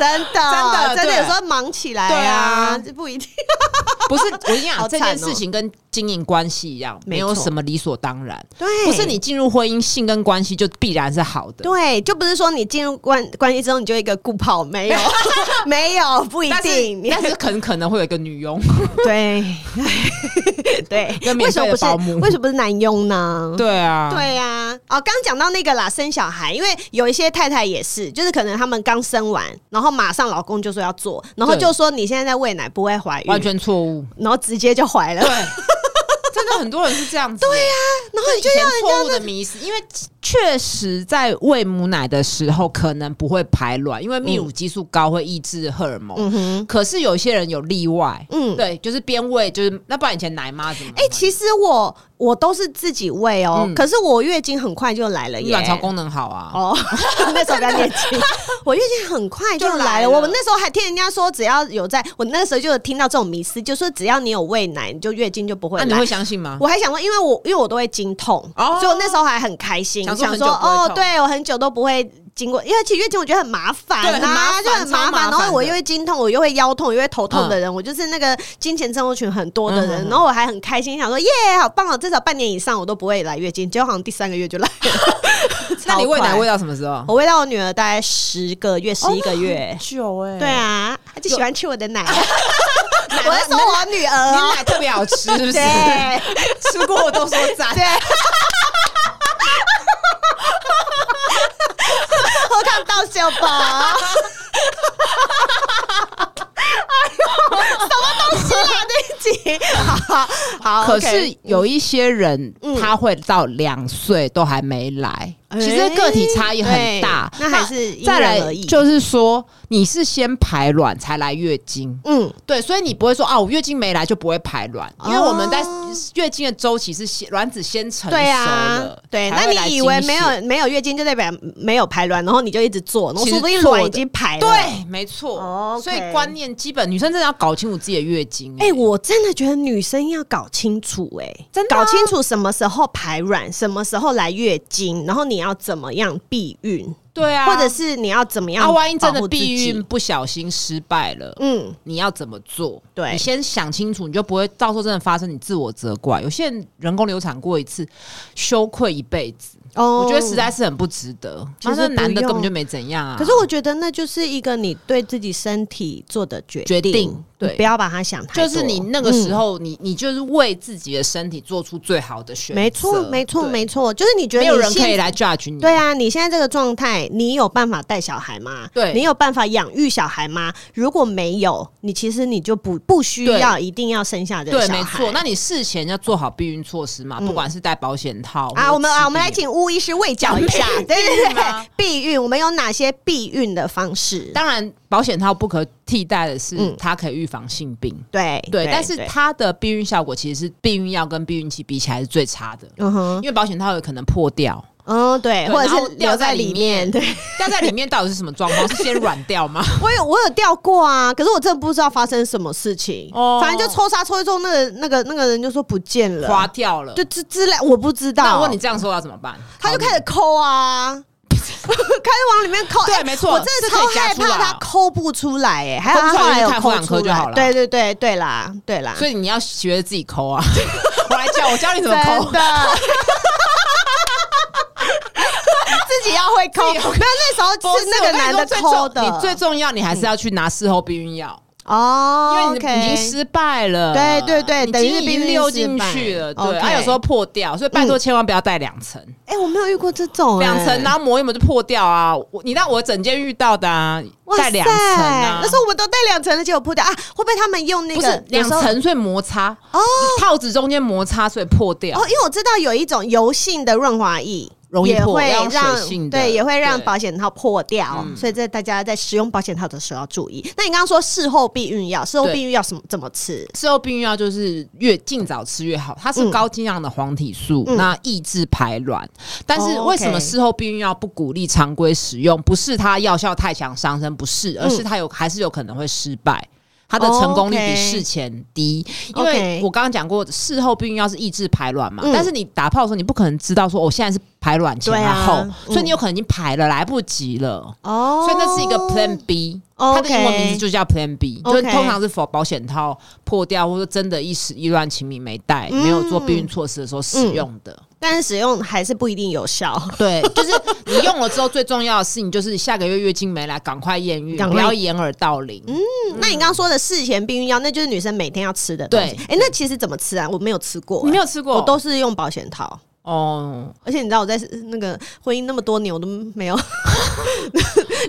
Speaker 1: 真 的，真真
Speaker 2: 的
Speaker 1: 的，
Speaker 2: 对
Speaker 1: 有时候忙起来
Speaker 2: 对
Speaker 1: 啊，
Speaker 2: 啊
Speaker 1: 这不一定。
Speaker 2: 不是，我跟你讲
Speaker 1: 好
Speaker 2: 这
Speaker 1: 惨
Speaker 2: 件
Speaker 1: 哦
Speaker 2: 事情跟经营关系一样，没有
Speaker 1: 没错
Speaker 2: 什么理所当然。
Speaker 1: 对，
Speaker 2: 不是你进入婚姻，性跟关系就必然是好的。
Speaker 1: 对，就不是说你进入关关系之后你就一个顾跑，没 有，没有，不一
Speaker 2: 但
Speaker 1: 定。
Speaker 2: 是但是可能可能会有一个 女佣，
Speaker 1: 对对，
Speaker 2: 跟
Speaker 1: 为
Speaker 2: 免
Speaker 1: 什
Speaker 2: 费
Speaker 1: 么不
Speaker 2: 的
Speaker 1: 是
Speaker 2: 保姆
Speaker 1: 为什么不是男佣呢？
Speaker 2: 对啊，
Speaker 1: 对呀、哦，刚讲到那个啦，生小孩，因为有一些太太也是，就是可能他们刚生完，然后马上老公就说要做，然后
Speaker 2: 对
Speaker 1: 就说你现在在喂奶不会怀
Speaker 2: 完
Speaker 1: 孕，
Speaker 2: 全错误。
Speaker 1: 然后直接就怀了，
Speaker 2: 对， 真的很多人是这样子。对呀、
Speaker 1: 然后
Speaker 2: 这
Speaker 1: 你就
Speaker 2: 以前错误的迷思，因为确实在喂母奶的时候可能不会排卵，因为泌乳激素高会抑制荷尔蒙。
Speaker 1: 嗯哼，
Speaker 2: 可是有些人有例外，
Speaker 1: 嗯，
Speaker 2: 对，就是边喂，就是那不然以前奶妈怎么办？
Speaker 1: 哎、其实我我都是自己喂哦，
Speaker 2: 嗯
Speaker 1: 可是我月经很快就来了耶，
Speaker 2: 卵巢功能好啊。
Speaker 1: 哦，那时候比较年轻， 我月经很快就
Speaker 2: 就
Speaker 1: 来了。
Speaker 2: 来了
Speaker 1: 我们那时候还听人家说，只要有在我那时候就有听到这种迷思，就说只要你有喂奶，你就月经就不会
Speaker 2: 啊那你
Speaker 1: 来
Speaker 2: 会。相信吗？
Speaker 1: 我还想说，因为我因为我都会经痛，
Speaker 2: 哦
Speaker 1: 所以我那时候还很开心，
Speaker 2: 想说
Speaker 1: 想
Speaker 2: 很
Speaker 1: 说
Speaker 2: 久不会
Speaker 1: 哦，
Speaker 2: 痛
Speaker 1: 对我很久都不会经过，因为其实月经我觉得很麻烦
Speaker 2: 对很麻
Speaker 1: 啊，
Speaker 2: 烦
Speaker 1: 就很麻
Speaker 2: 超麻
Speaker 1: 烦。
Speaker 2: 烦
Speaker 1: 然后我
Speaker 2: 的
Speaker 1: 又会经痛，我又会腰痛，又会头痛的
Speaker 2: 嗯
Speaker 1: 人，我就是那个金钱症候群很多的人。
Speaker 2: 嗯嗯嗯
Speaker 1: 然后我还很开心，想说耶，好棒哦，至少半年以上我都不会来月经，结果好像第三个月就来了。
Speaker 2: 那你喂
Speaker 1: 超
Speaker 2: 奶
Speaker 1: 快哦
Speaker 2: 喂到什么时候？
Speaker 1: 我喂到我女儿大概十个月、十一个月。
Speaker 2: 久哎、
Speaker 1: 对啊，Oh 她就喜欢吃我的 奶。我是说我女儿
Speaker 2: 你
Speaker 1: 哦，
Speaker 2: 奶特别好吃，是不 是？
Speaker 1: 对
Speaker 2: 吃过我都说赞。
Speaker 1: 对。我看到小宝，哎呦，什么东西啦？ 这一集，好好。
Speaker 2: 可
Speaker 1: OK
Speaker 2: 是有一些人，他会到两岁都还没来，其实个体差异很大。
Speaker 1: 对那还是因
Speaker 2: 再
Speaker 1: 人
Speaker 2: 来
Speaker 1: 而异。
Speaker 2: 就是说，你是先排卵才来月经，
Speaker 1: 嗯，
Speaker 2: 对，所以你不会说啊，我月经没来就不会排卵，因为
Speaker 1: 哦
Speaker 2: 我们在月经的周期是先卵子先成熟
Speaker 1: 对啊
Speaker 2: 了，，
Speaker 1: 对。
Speaker 2: 才
Speaker 1: 那
Speaker 2: 会来
Speaker 1: 你以为
Speaker 2: 经
Speaker 1: 没
Speaker 2: 血？
Speaker 1: 有没有月经就代表没有排卵，然后你就一直做，然后
Speaker 2: 其实
Speaker 1: 说不定
Speaker 2: 错
Speaker 1: 卵已
Speaker 2: 的
Speaker 1: 经排了。
Speaker 2: 对，没错。
Speaker 1: 哦，OK
Speaker 2: 所以观念基本，女生真的要搞清楚自己的月经、
Speaker 1: 哎、我真的觉得女生要搞清楚、哎，
Speaker 2: 嗯真的啊
Speaker 1: 搞清楚什么时候排卵，什么时候来月经，然后你要怎么样避孕，
Speaker 2: 对啊，
Speaker 1: 或者是你要怎么样
Speaker 2: 啊，万一真
Speaker 1: 保
Speaker 2: 的
Speaker 1: 护自己
Speaker 2: 避孕，不小心失败了，
Speaker 1: 嗯，
Speaker 2: 你要怎么做？
Speaker 1: 对
Speaker 2: 你先想清楚，你就不会到时候真的发生你自我责怪。有些人人工流产过一次，羞愧一辈子，
Speaker 1: 哦
Speaker 2: 我觉得实。在是很不值得。
Speaker 1: 其实
Speaker 2: 那男
Speaker 1: 不
Speaker 2: 的
Speaker 1: 用
Speaker 2: 根本就没怎样啊。
Speaker 1: 可是我觉得那就是一个你对自己身体做的决
Speaker 2: 决定对
Speaker 1: 你不要把它想太
Speaker 2: 就
Speaker 1: 多。
Speaker 2: 是你那个时
Speaker 1: 嗯
Speaker 2: 候，你你就是为自己的身体做出最好的选择。
Speaker 1: 没错，没错，
Speaker 2: 对
Speaker 1: 没错，就是你觉得
Speaker 2: 没有
Speaker 1: 你
Speaker 2: 人可
Speaker 1: 现
Speaker 2: 以来 judge 你。
Speaker 1: 对啊，你现在这个状态，你有办法带小孩吗？
Speaker 2: 对
Speaker 1: 你有办法养育小孩吗？如果没有，你其实你就不不需
Speaker 2: 对
Speaker 1: 要一定要生下这个
Speaker 2: 对，啊
Speaker 1: 小
Speaker 2: 没
Speaker 1: 孩。
Speaker 2: 错。那你事前要做好避孕措施嘛，不管是戴保险套
Speaker 1: 啊，我们啊，我们来
Speaker 2: 请。
Speaker 1: 请巫医师喂教一 下，对
Speaker 2: 避
Speaker 1: 对
Speaker 2: 孕吗
Speaker 1: 对，避孕，我们有哪些避孕的方式？
Speaker 2: 当然，保险套不可替代的是，
Speaker 1: 嗯
Speaker 2: 它可以预防性病。
Speaker 1: 对
Speaker 2: 对，但是
Speaker 1: 对
Speaker 2: 它的避孕效果其实是避孕药跟避孕器比起来是最差的，
Speaker 1: 嗯哼，
Speaker 2: 因为保险套有可能破掉，
Speaker 1: 嗯对，
Speaker 2: 对
Speaker 1: 或者
Speaker 2: 然后
Speaker 1: 是留
Speaker 2: 掉在
Speaker 1: 里
Speaker 2: 里面
Speaker 1: 对，
Speaker 2: 掉在里面到底是什 么状况？是先软掉吗？
Speaker 1: 我有我有掉过啊，可是我真的不知道发生什么事情，
Speaker 2: 哦
Speaker 1: 反正就抽沙抽一抽，那个那个那个人就说不见
Speaker 2: 花
Speaker 1: 了，
Speaker 2: 掉了
Speaker 1: 就。之之类，我不啊知道。
Speaker 2: 那我问你，这样说要怎么办？
Speaker 1: 他就开始抠啊， 开始往里面抠。
Speaker 2: 对
Speaker 1: 哎
Speaker 2: 没错
Speaker 1: 我真的
Speaker 2: 这
Speaker 1: 超
Speaker 2: 可以加
Speaker 1: 害
Speaker 2: 出来
Speaker 1: 怕
Speaker 2: 哦
Speaker 1: 他抠不出来，哎，还有
Speaker 2: 抠
Speaker 1: 他
Speaker 2: 不出
Speaker 1: 后
Speaker 2: 来
Speaker 1: 来有
Speaker 2: 就去
Speaker 1: 抠
Speaker 2: 看妇产科
Speaker 1: 出
Speaker 2: 就
Speaker 1: 来
Speaker 2: 好了
Speaker 1: 对对对对啦，对啦，
Speaker 2: 所以你要学着自己抠 啊！我来教，我教你怎么抠
Speaker 1: 真。的。自己要会抠，没有那时候
Speaker 2: 哎不
Speaker 1: 是那个男的
Speaker 2: 我跟你说最重
Speaker 1: 抠的，
Speaker 2: 你最重要，你还是要去拿事后避孕药，因
Speaker 1: 哦
Speaker 2: 为，你已经失败了。
Speaker 1: 对对对
Speaker 2: 你
Speaker 1: 等于是避
Speaker 2: 已经
Speaker 1: 孕
Speaker 2: 溜
Speaker 1: 失
Speaker 2: 进
Speaker 1: 败
Speaker 2: 去了。对，
Speaker 1: OK 嗯
Speaker 2: 它有时候破掉，所以拜托千万不要戴两层。
Speaker 1: 哎、我没有遇过这种哎
Speaker 2: 两层，然后膜一膜就破掉啊！我你让我整间遇到的啊，
Speaker 1: 哇
Speaker 2: 带
Speaker 1: 塞，
Speaker 2: 两层啊
Speaker 1: 那，时候我们都带两层的，结果破掉啊！会不会他们用那
Speaker 2: 不
Speaker 1: 个
Speaker 2: 是两
Speaker 1: 有时候
Speaker 2: 层，所以摩擦
Speaker 1: 哦
Speaker 2: 套子中间摩擦，所以破掉。
Speaker 1: 哦，因为我知道有一种油性的润滑液。
Speaker 2: 容易
Speaker 1: 也
Speaker 2: 破
Speaker 1: 会
Speaker 2: 要水
Speaker 1: 让
Speaker 2: 性的
Speaker 1: 对，也会让
Speaker 2: 对嗯
Speaker 1: 保险套破掉，所以在大家在使用保险套的时候要注意。那你刚刚说事后避孕药，事后
Speaker 2: 对
Speaker 1: 避孕药什么怎么吃？
Speaker 2: 事后避孕药就是越尽早吃越好，它是
Speaker 1: 嗯
Speaker 2: 高剂量的黄体素，那抑制排卵。但是
Speaker 1: 哦
Speaker 2: 为什
Speaker 1: OK
Speaker 2: 么事后避孕药不鼓励常规使用？不是它药效太强伤身，不是，
Speaker 1: 嗯
Speaker 2: 而是它有还是有可能会失败。它的成功率
Speaker 1: 哦，OK
Speaker 2: 比事前低，因
Speaker 1: 哦 OK
Speaker 2: 为我刚刚讲过，事后避孕药是抑制排卵嘛，
Speaker 1: 嗯
Speaker 2: 但是你打炮的时候，你不可能知道说，我、现在是排卵前
Speaker 1: 对啊
Speaker 2: 后，
Speaker 1: 嗯
Speaker 2: 所以你有可能已经排了，来不及了。
Speaker 1: 哦
Speaker 2: 所以那是一个 Plan B，、
Speaker 1: 哦
Speaker 2: 它的英文
Speaker 1: OK
Speaker 2: 名字就叫 Plan B，、
Speaker 1: OK
Speaker 2: 就是通常是否保险套破掉，或者真的一时意乱情迷没带，
Speaker 1: 嗯
Speaker 2: 没有做避孕措施的时候使用的。
Speaker 1: 但是使用还是不一定有 效。
Speaker 2: 对，就是你用了之后，最重要的事情就是下个月月经没来，赶快验孕，
Speaker 1: 赶快嗯
Speaker 2: 不要掩耳盗铃。
Speaker 1: 那你刚刚说的事前避孕药，那就是女生每天要吃的东西。
Speaker 2: 对
Speaker 1: 哎、那其实怎么吃啊？我没有吃过、
Speaker 2: 你没
Speaker 1: 有，
Speaker 2: 有吃过？
Speaker 1: 我都是用保险套。
Speaker 2: 哦，
Speaker 1: 而且你知道我在那个婚姻那么多年，我都没 有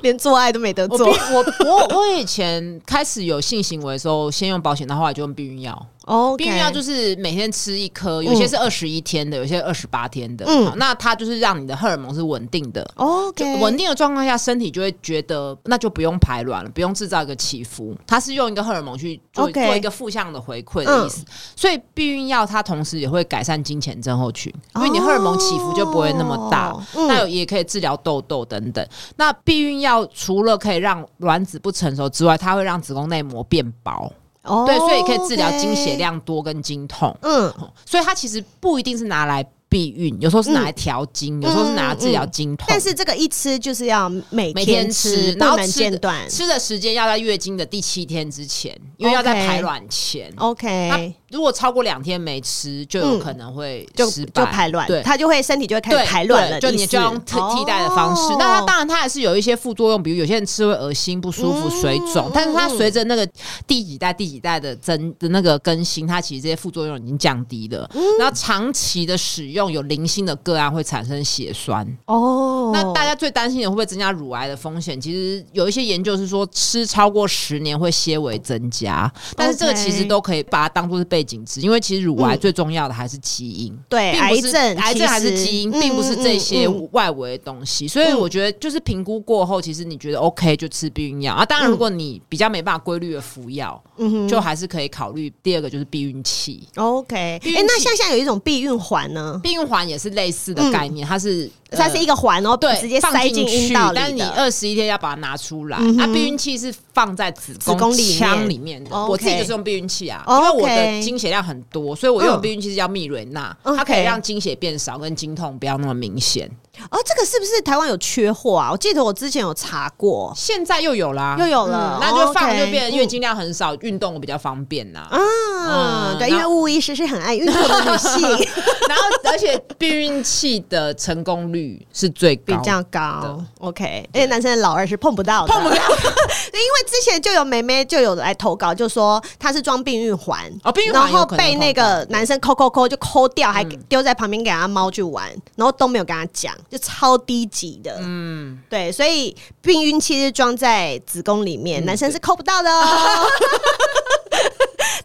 Speaker 1: 连做爱都没得
Speaker 2: 我
Speaker 1: 做
Speaker 2: 避我我我以前开始有性行为的时候，先用保险套，后来就用避孕药。
Speaker 1: 哦，
Speaker 2: 避孕药就是是每天吃一颗，有些是二十一天的，有些二十八天的。
Speaker 1: 嗯
Speaker 2: 嗯，那它就是让你的荷尔蒙是稳定的。就
Speaker 1: OK
Speaker 2: 稳定的状况下，身体就会觉得那就不用排卵了，不用制造一个起伏。它是用一个荷尔蒙去做
Speaker 1: OK 嗯
Speaker 2: 做一个负向的回馈的意思。所以避孕药它同时也会改善经前症候群，因为你荷尔蒙起伏就不会那么大。
Speaker 1: 哦
Speaker 2: 那有也可以治疗痘痘等等。那避孕药除了可以让卵子不成熟之外，它会让子宫内膜变薄，
Speaker 1: 哦
Speaker 2: 对，所以可以治疗经血。量多跟经痛。
Speaker 1: 嗯，
Speaker 2: 所以它其实不一定是拿来避孕，有时候是
Speaker 1: 嗯
Speaker 2: 拿来调经，有时候是拿来治疗经痛。
Speaker 1: 但是这个一吃就是要每
Speaker 2: 每天
Speaker 1: 吃，
Speaker 2: 吃，
Speaker 1: 不
Speaker 2: 然后
Speaker 1: 能
Speaker 2: 吃
Speaker 1: 间
Speaker 2: 的
Speaker 1: 断。
Speaker 2: 吃的时间要在月经的第七天之前，因为要在
Speaker 1: OK
Speaker 2: 排卵前。
Speaker 1: OK，
Speaker 2: 那如果超过两天没吃，就有可能会
Speaker 1: 就
Speaker 2: 失败
Speaker 1: 就排卵，
Speaker 2: 对。
Speaker 1: 它就会身体就会开
Speaker 2: 对
Speaker 1: 始排卵了，
Speaker 2: 对就
Speaker 1: 意
Speaker 2: 你
Speaker 1: 思
Speaker 2: 就要用替替代的方式。
Speaker 1: 哦
Speaker 2: 那它当然它还是有一些副作用，比如有些人吃会恶心、不舒
Speaker 1: 嗯
Speaker 2: 服、水肿，但是它随着那个第几代、第几代的增的那个更新，它其实这些副作用已经降低了。
Speaker 1: 嗯
Speaker 2: 然后长期的使用，有零星的个案会产生血栓。
Speaker 1: 哦，
Speaker 2: 那大家最担心的会不会增加乳癌的风险？其实有一些研究是说，吃超过十年会些微增加，但是这个
Speaker 1: OK
Speaker 2: 其实都可以把它当做是背景值，因为其实乳癌
Speaker 1: 嗯
Speaker 2: 最重要的还是基因。
Speaker 1: 对
Speaker 2: 并不
Speaker 1: 癌
Speaker 2: 是
Speaker 1: 症，
Speaker 2: 癌症还是
Speaker 1: 其实
Speaker 2: 基因，并不是这些
Speaker 1: 嗯嗯嗯嗯
Speaker 2: 外围的东西，所以我觉得就是评估过后，其实你觉得 OK 就吃避孕药啊。当然，如果你比较没办法规律的服药，
Speaker 1: 嗯
Speaker 2: 就还是可以考虑第二个就是避孕器。
Speaker 1: OK，哎、
Speaker 2: 避孕
Speaker 1: 那
Speaker 2: 器
Speaker 1: 像现在有一种避孕环呢，
Speaker 2: 避孕环也是类似
Speaker 1: 嗯
Speaker 2: 的概念，它是呃
Speaker 1: 它是一个环，然后
Speaker 2: 对，
Speaker 1: 直接
Speaker 2: 放
Speaker 1: 塞
Speaker 2: 进
Speaker 1: 阴
Speaker 2: 去
Speaker 1: 道里
Speaker 2: 但是你呃
Speaker 1: 的。
Speaker 2: 二十一天要把它拿出来。
Speaker 1: 嗯
Speaker 2: 那、
Speaker 1: 哼
Speaker 2: 避孕器是放在子
Speaker 1: 子宫里面哦
Speaker 2: 腔里面的。
Speaker 1: OK 哦
Speaker 2: 我自己就是用避孕器啊，因
Speaker 1: OK
Speaker 2: 为我的经血量很多，所以我用的避孕器是叫蜜蕊娜，
Speaker 1: 嗯
Speaker 2: 它可
Speaker 1: OK
Speaker 2: 以让经血变少，跟经痛不要那么明显。
Speaker 1: 哦，这个是不是台湾有缺货啊？我记得我之前有查过。
Speaker 2: 现在又有啦，嗯
Speaker 1: 又有了哦
Speaker 2: 那就放
Speaker 1: OK
Speaker 2: 就变月经量很少，运动比较方便呐。
Speaker 1: 嗯，
Speaker 2: 嗯
Speaker 1: 对，因为
Speaker 2: 那
Speaker 1: 巫医师是很爱运动的女 性，
Speaker 2: 然后而且避孕器的成功率是最
Speaker 1: 比
Speaker 2: 高的，
Speaker 1: 较高。OK，而且男生的老二是碰不到的，
Speaker 2: 碰不 到
Speaker 1: 因为之前就有妹妹就有来投稿，就说她是装避孕环，
Speaker 2: 哦避孕
Speaker 1: 然
Speaker 2: 环
Speaker 1: 后
Speaker 2: 有可能嗯
Speaker 1: 被那个男生抠抠抠就抠掉，还丢在旁边给他猫去玩，然后都没有跟他讲，就超低级的。嗯，对，所以避孕器是装在子宫里
Speaker 2: 嗯
Speaker 1: 面，男生是抠不到的 哦。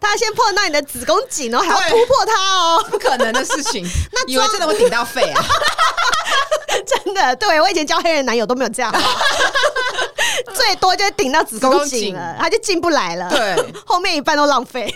Speaker 1: 他要先碰到你的子宫颈，然后还要
Speaker 2: 对
Speaker 1: 突破它哦，
Speaker 2: 不可能的事情。
Speaker 1: 那
Speaker 2: 以为
Speaker 1: 装
Speaker 2: 真的会顶到肺啊？
Speaker 1: 真的。对我以前交黑人男友都没有这 样，最多就是顶到子宫颈了，他就进不来了。
Speaker 2: 对，
Speaker 1: 后面一半都浪费。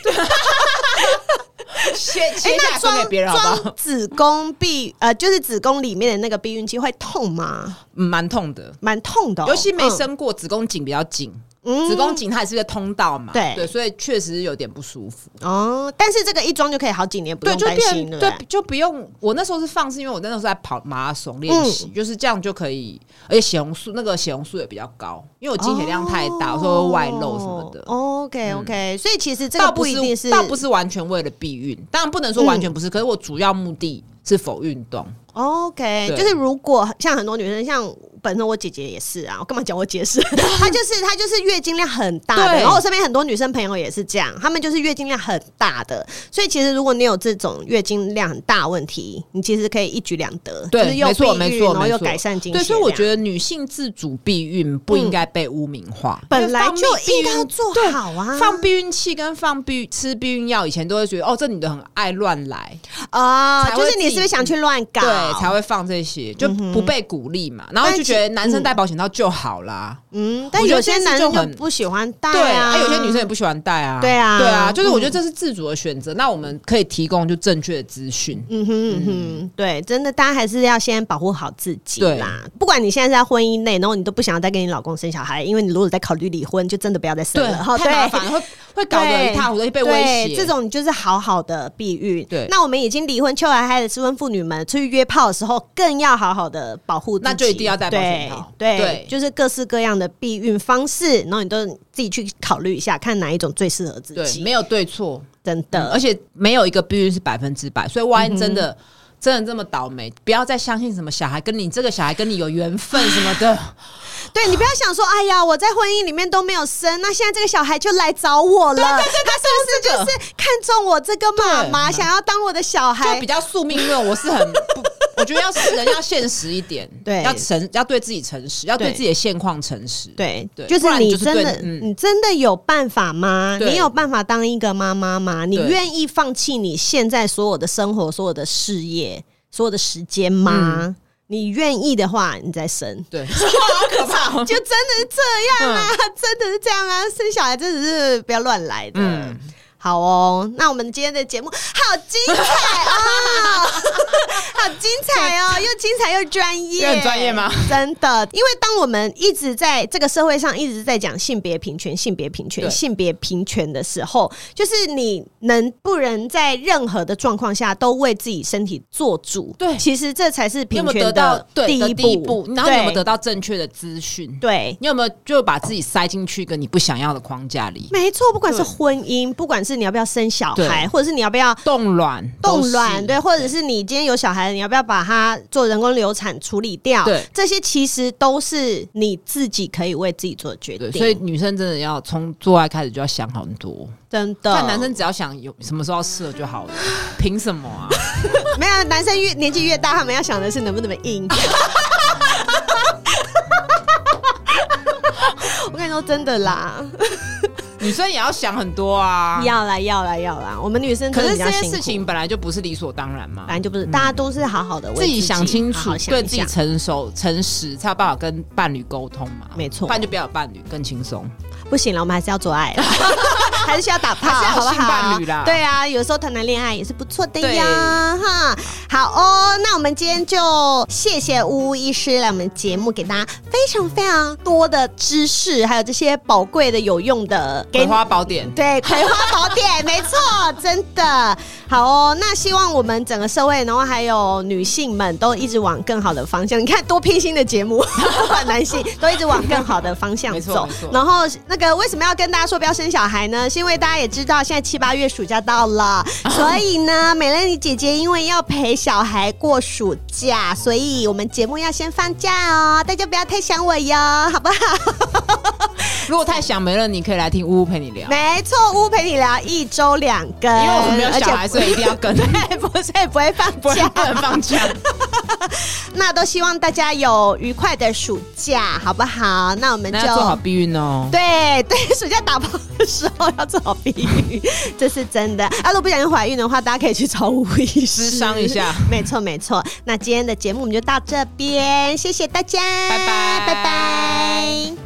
Speaker 2: 切
Speaker 1: 哎，
Speaker 2: 切下
Speaker 1: 那
Speaker 2: 来分给别人好不好？
Speaker 1: 装子宫避呃，就是子宫里面的那个避孕器会痛吗？
Speaker 2: 嗯蛮痛的，
Speaker 1: 蛮痛的哦、
Speaker 2: 尤其没生过，子宫颈比较紧，
Speaker 1: 嗯
Speaker 2: 子宫颈它也是个通道嘛，
Speaker 1: 对
Speaker 2: 所以确实有点不舒服。
Speaker 1: 嗯哦，但是这个一装就可以好几年，不
Speaker 2: 对，
Speaker 1: 用
Speaker 2: 就
Speaker 1: 担心，
Speaker 2: 变
Speaker 1: 对不
Speaker 2: 对
Speaker 1: 对，
Speaker 2: 就不用。我那时候是放，是因为我那时候是在跑马拉松练习，
Speaker 1: 嗯
Speaker 2: 就是这样就可以。而且血红素那个血红素也比较高，因为我经血量太大，所以会外漏什么的。嗯
Speaker 1: 哦 OK OK，、所以其实这
Speaker 2: 倒
Speaker 1: 个
Speaker 2: 不
Speaker 1: 不一定是，嗯
Speaker 2: 倒不是完全为了避孕，当然不能说完全不是，可是我主要目的是否运动。
Speaker 1: OK，
Speaker 2: 对
Speaker 1: 就是如果像很多女生，像本身我姐姐也是啊，我干嘛讲我解 释？她就是她就是月经量很大的，
Speaker 2: 对
Speaker 1: 然后我身边很多女生朋友也是这样，她们就是月经量很大的，所以其实如果你有这种月经量很大的问题，你其实可以一举两得，
Speaker 2: 对
Speaker 1: 就是又
Speaker 2: 没错
Speaker 1: 避
Speaker 2: 没
Speaker 1: 孕
Speaker 2: 错
Speaker 1: 然后又
Speaker 2: 没错
Speaker 1: 改善经血量。
Speaker 2: 对，
Speaker 1: 嗯
Speaker 2: 所以我觉得女性自主避孕不应该被污名化，因为
Speaker 1: 本来
Speaker 2: 放
Speaker 1: 就
Speaker 2: 避
Speaker 1: 应该要
Speaker 2: 孕
Speaker 1: 做
Speaker 2: 对
Speaker 1: 好啊
Speaker 2: 放避孕器跟放避吃避孕药，以前都会觉得哦，这女的很爱乱来，
Speaker 1: 啊、
Speaker 2: 才
Speaker 1: 就
Speaker 2: 会
Speaker 1: 是你
Speaker 2: 自
Speaker 1: 是
Speaker 2: 己
Speaker 1: 不是想去乱搞？嗯
Speaker 2: 对，才会放这些，就不被鼓励嘛。然后就觉得男生戴保险套就好啦。
Speaker 1: 嗯，但
Speaker 2: 我觉得
Speaker 1: 有些
Speaker 2: 这次
Speaker 1: 男
Speaker 2: 就
Speaker 1: 生就
Speaker 2: 很
Speaker 1: 不喜欢戴
Speaker 2: 对
Speaker 1: 啊，
Speaker 2: 有些女生也不喜欢戴啊。
Speaker 1: 对啊
Speaker 2: 对啊，就是我觉得这是自主的选择。那我们可以提供就正确的资讯。
Speaker 1: 嗯哼嗯哼，对，真的，大家还是要先保护好自己
Speaker 2: 对
Speaker 1: 啦。不管你现在是在婚姻内，然后你都不想要再跟你老公生小孩，因为你如果在考虑离婚，就真的不要再生了。哈
Speaker 2: 太麻烦了，会会搞得一塌糊涂，哎被威胁。
Speaker 1: 对这种你就是好好的避孕。
Speaker 2: 对
Speaker 1: 那我们已经离婚、秋来嗨的失婚妇女们出去约炮的时候，更要好好的保护自己，
Speaker 2: 那就一定要戴保
Speaker 1: 对
Speaker 2: 险套
Speaker 1: 对，
Speaker 2: 对
Speaker 1: 就是各式各样的避孕方式，然后你都自己去考虑一下，看哪一种最适合自
Speaker 2: 对
Speaker 1: 己。
Speaker 2: 没有对错，
Speaker 1: 真
Speaker 2: 嗯
Speaker 1: 的，
Speaker 2: 而且没有一个避孕是百分之百，所以
Speaker 1: 嗯
Speaker 2: 万一真的。真的这么倒霉，不要再相信什么小孩跟你这个小孩跟你有缘分什么 的，
Speaker 1: 对你不要想说，哎呀，我在婚姻里面都没有生，那现在这个小孩就来找我了，他是不是就是看中我这个妈妈，想要当我的小
Speaker 2: 就
Speaker 1: 孩
Speaker 2: 比？较宿命论。我是很 不，我觉得要人要现实一点，
Speaker 1: 对
Speaker 2: 要诚，要对自己诚实，要对
Speaker 1: 对
Speaker 2: 自己的现况诚实。
Speaker 1: 对，
Speaker 2: 对
Speaker 1: 就
Speaker 2: 不
Speaker 1: 是
Speaker 2: 然你
Speaker 1: 你
Speaker 2: 就是
Speaker 1: 真
Speaker 2: 对
Speaker 1: 的，
Speaker 2: 嗯
Speaker 1: 你真的有办法吗？
Speaker 2: 对
Speaker 1: 你有办法当一个妈妈吗？你
Speaker 2: 对
Speaker 1: 愿意放弃你现在所有的生活、所有的事业、所有的时间吗？
Speaker 2: 嗯
Speaker 1: 你愿意的话，你再生。
Speaker 2: 对， 好可怕 哦，
Speaker 1: 就真的是这样啊， 真的是这样啊，生小孩真的是不要乱来的。
Speaker 2: 嗯
Speaker 1: 好哦，那我们今天的节目好精彩哦， 好精彩哦， 又精彩又专业，
Speaker 2: 又很专业吗？
Speaker 1: 真的，因为当我们一直在这个社会上一直在讲性别平权、性别平权、
Speaker 2: 对
Speaker 1: 性别平权的时候，就是你能不能在任何的状况下都为自己身体做主？
Speaker 2: 对
Speaker 1: 其实这才是
Speaker 2: 你
Speaker 1: 平
Speaker 2: 有没有
Speaker 1: 权
Speaker 2: 得到
Speaker 1: 的
Speaker 2: 对的
Speaker 1: 第
Speaker 2: 第
Speaker 1: 一
Speaker 2: 一
Speaker 1: 步
Speaker 2: 步，？然后你有没有
Speaker 1: 对
Speaker 2: 得到正确的资讯？
Speaker 1: 对？
Speaker 2: 你有没有就把自己塞进去一个你不想要的框架里？
Speaker 1: 没错，不管是婚姻，不管是你要不要生小孩，
Speaker 2: 对
Speaker 1: 或者是你要不要
Speaker 2: 冻卵，
Speaker 1: 冻卵，
Speaker 2: 都
Speaker 1: 对，或者是你今天有小孩，你要不要把它做人工流产处理掉？
Speaker 2: 对
Speaker 1: 这些其实都是你自己可以为自己做决
Speaker 2: 是对，
Speaker 1: 定。
Speaker 2: 所以女生真的要从做爱开始就要想很多。
Speaker 1: 真的，
Speaker 2: 但男生只要想有什么时候要射 就好了，凭什么啊？
Speaker 1: 没有，男生越年纪越大，他们要想的是能不能硬。 我跟你说，真的啦，
Speaker 2: 女生也要想很 多啊。
Speaker 1: 要啦，要啦，要啦。我们女生
Speaker 2: 可
Speaker 1: 真的比较
Speaker 2: 是这件
Speaker 1: 辛
Speaker 2: 事
Speaker 1: 苦
Speaker 2: 情本来就不是理所当然嘛
Speaker 1: 反，正就不是，大家都是好好的，
Speaker 2: 自己想清
Speaker 1: 好
Speaker 2: 楚
Speaker 1: 好，想
Speaker 2: 对
Speaker 1: 一
Speaker 2: 自己
Speaker 1: 想
Speaker 2: 成熟、诚实，才有办法跟伴侣沟通嘛。
Speaker 1: 没错
Speaker 2: 不然就不要有伴侣，更轻松。
Speaker 1: 不行了，我们 还是要做爱啦，还是需要打炮，
Speaker 2: 还是要
Speaker 1: 好
Speaker 2: 有
Speaker 1: 不
Speaker 2: 性
Speaker 1: 好？
Speaker 2: 伴侣啦
Speaker 1: 对啊，有时候谈谈恋爱也是不错的呀，哈。好哦，那我们今天就谢谢呜呜医师来我们节目，给大家非常非常多的知识，还有这些宝贵的有用的，
Speaker 2: 葵
Speaker 1: 给你
Speaker 2: 花宝 典，
Speaker 1: 对《葵花宝典》，没错，真的好哦。那希望我们整个社会，然后还有女性们，都一直往更好的方向。你看，多偏心的节 目，不管男性都一直往更好的方向
Speaker 2: 没错
Speaker 1: 走
Speaker 2: 没错。
Speaker 1: 然后那个为什么要跟大家说不要生小孩呢？是因为大家也知道，现在七八月暑假到了，所以呢，美乐妮姐姐因为要陪小孩过暑假，所以我们节目要先放假哦，大家不要太想我哟，好不好？
Speaker 2: 如果太想没了，你可以来听呜呜陪你聊，
Speaker 1: 没错，屋陪你聊一周两更，
Speaker 2: 因为我们没有小
Speaker 1: 呃
Speaker 2: 孩，
Speaker 1: 而且
Speaker 2: 所以一定要跟，
Speaker 1: 对， 不是不会放
Speaker 2: 不然
Speaker 1: 假
Speaker 2: 不。能 放假。
Speaker 1: 那都希望大家有愉快的暑假，好不好？那我们就
Speaker 2: 那要做好避孕哦。
Speaker 1: 对对，暑假打炮的时候要做好避孕，这是真的。 啊，如果不小心怀孕的话，大家可以去找吴医师
Speaker 2: 咨商一下。
Speaker 1: 没错没错。那今天的节目我们就到这边，谢谢大家，
Speaker 2: 拜拜
Speaker 1: 拜拜。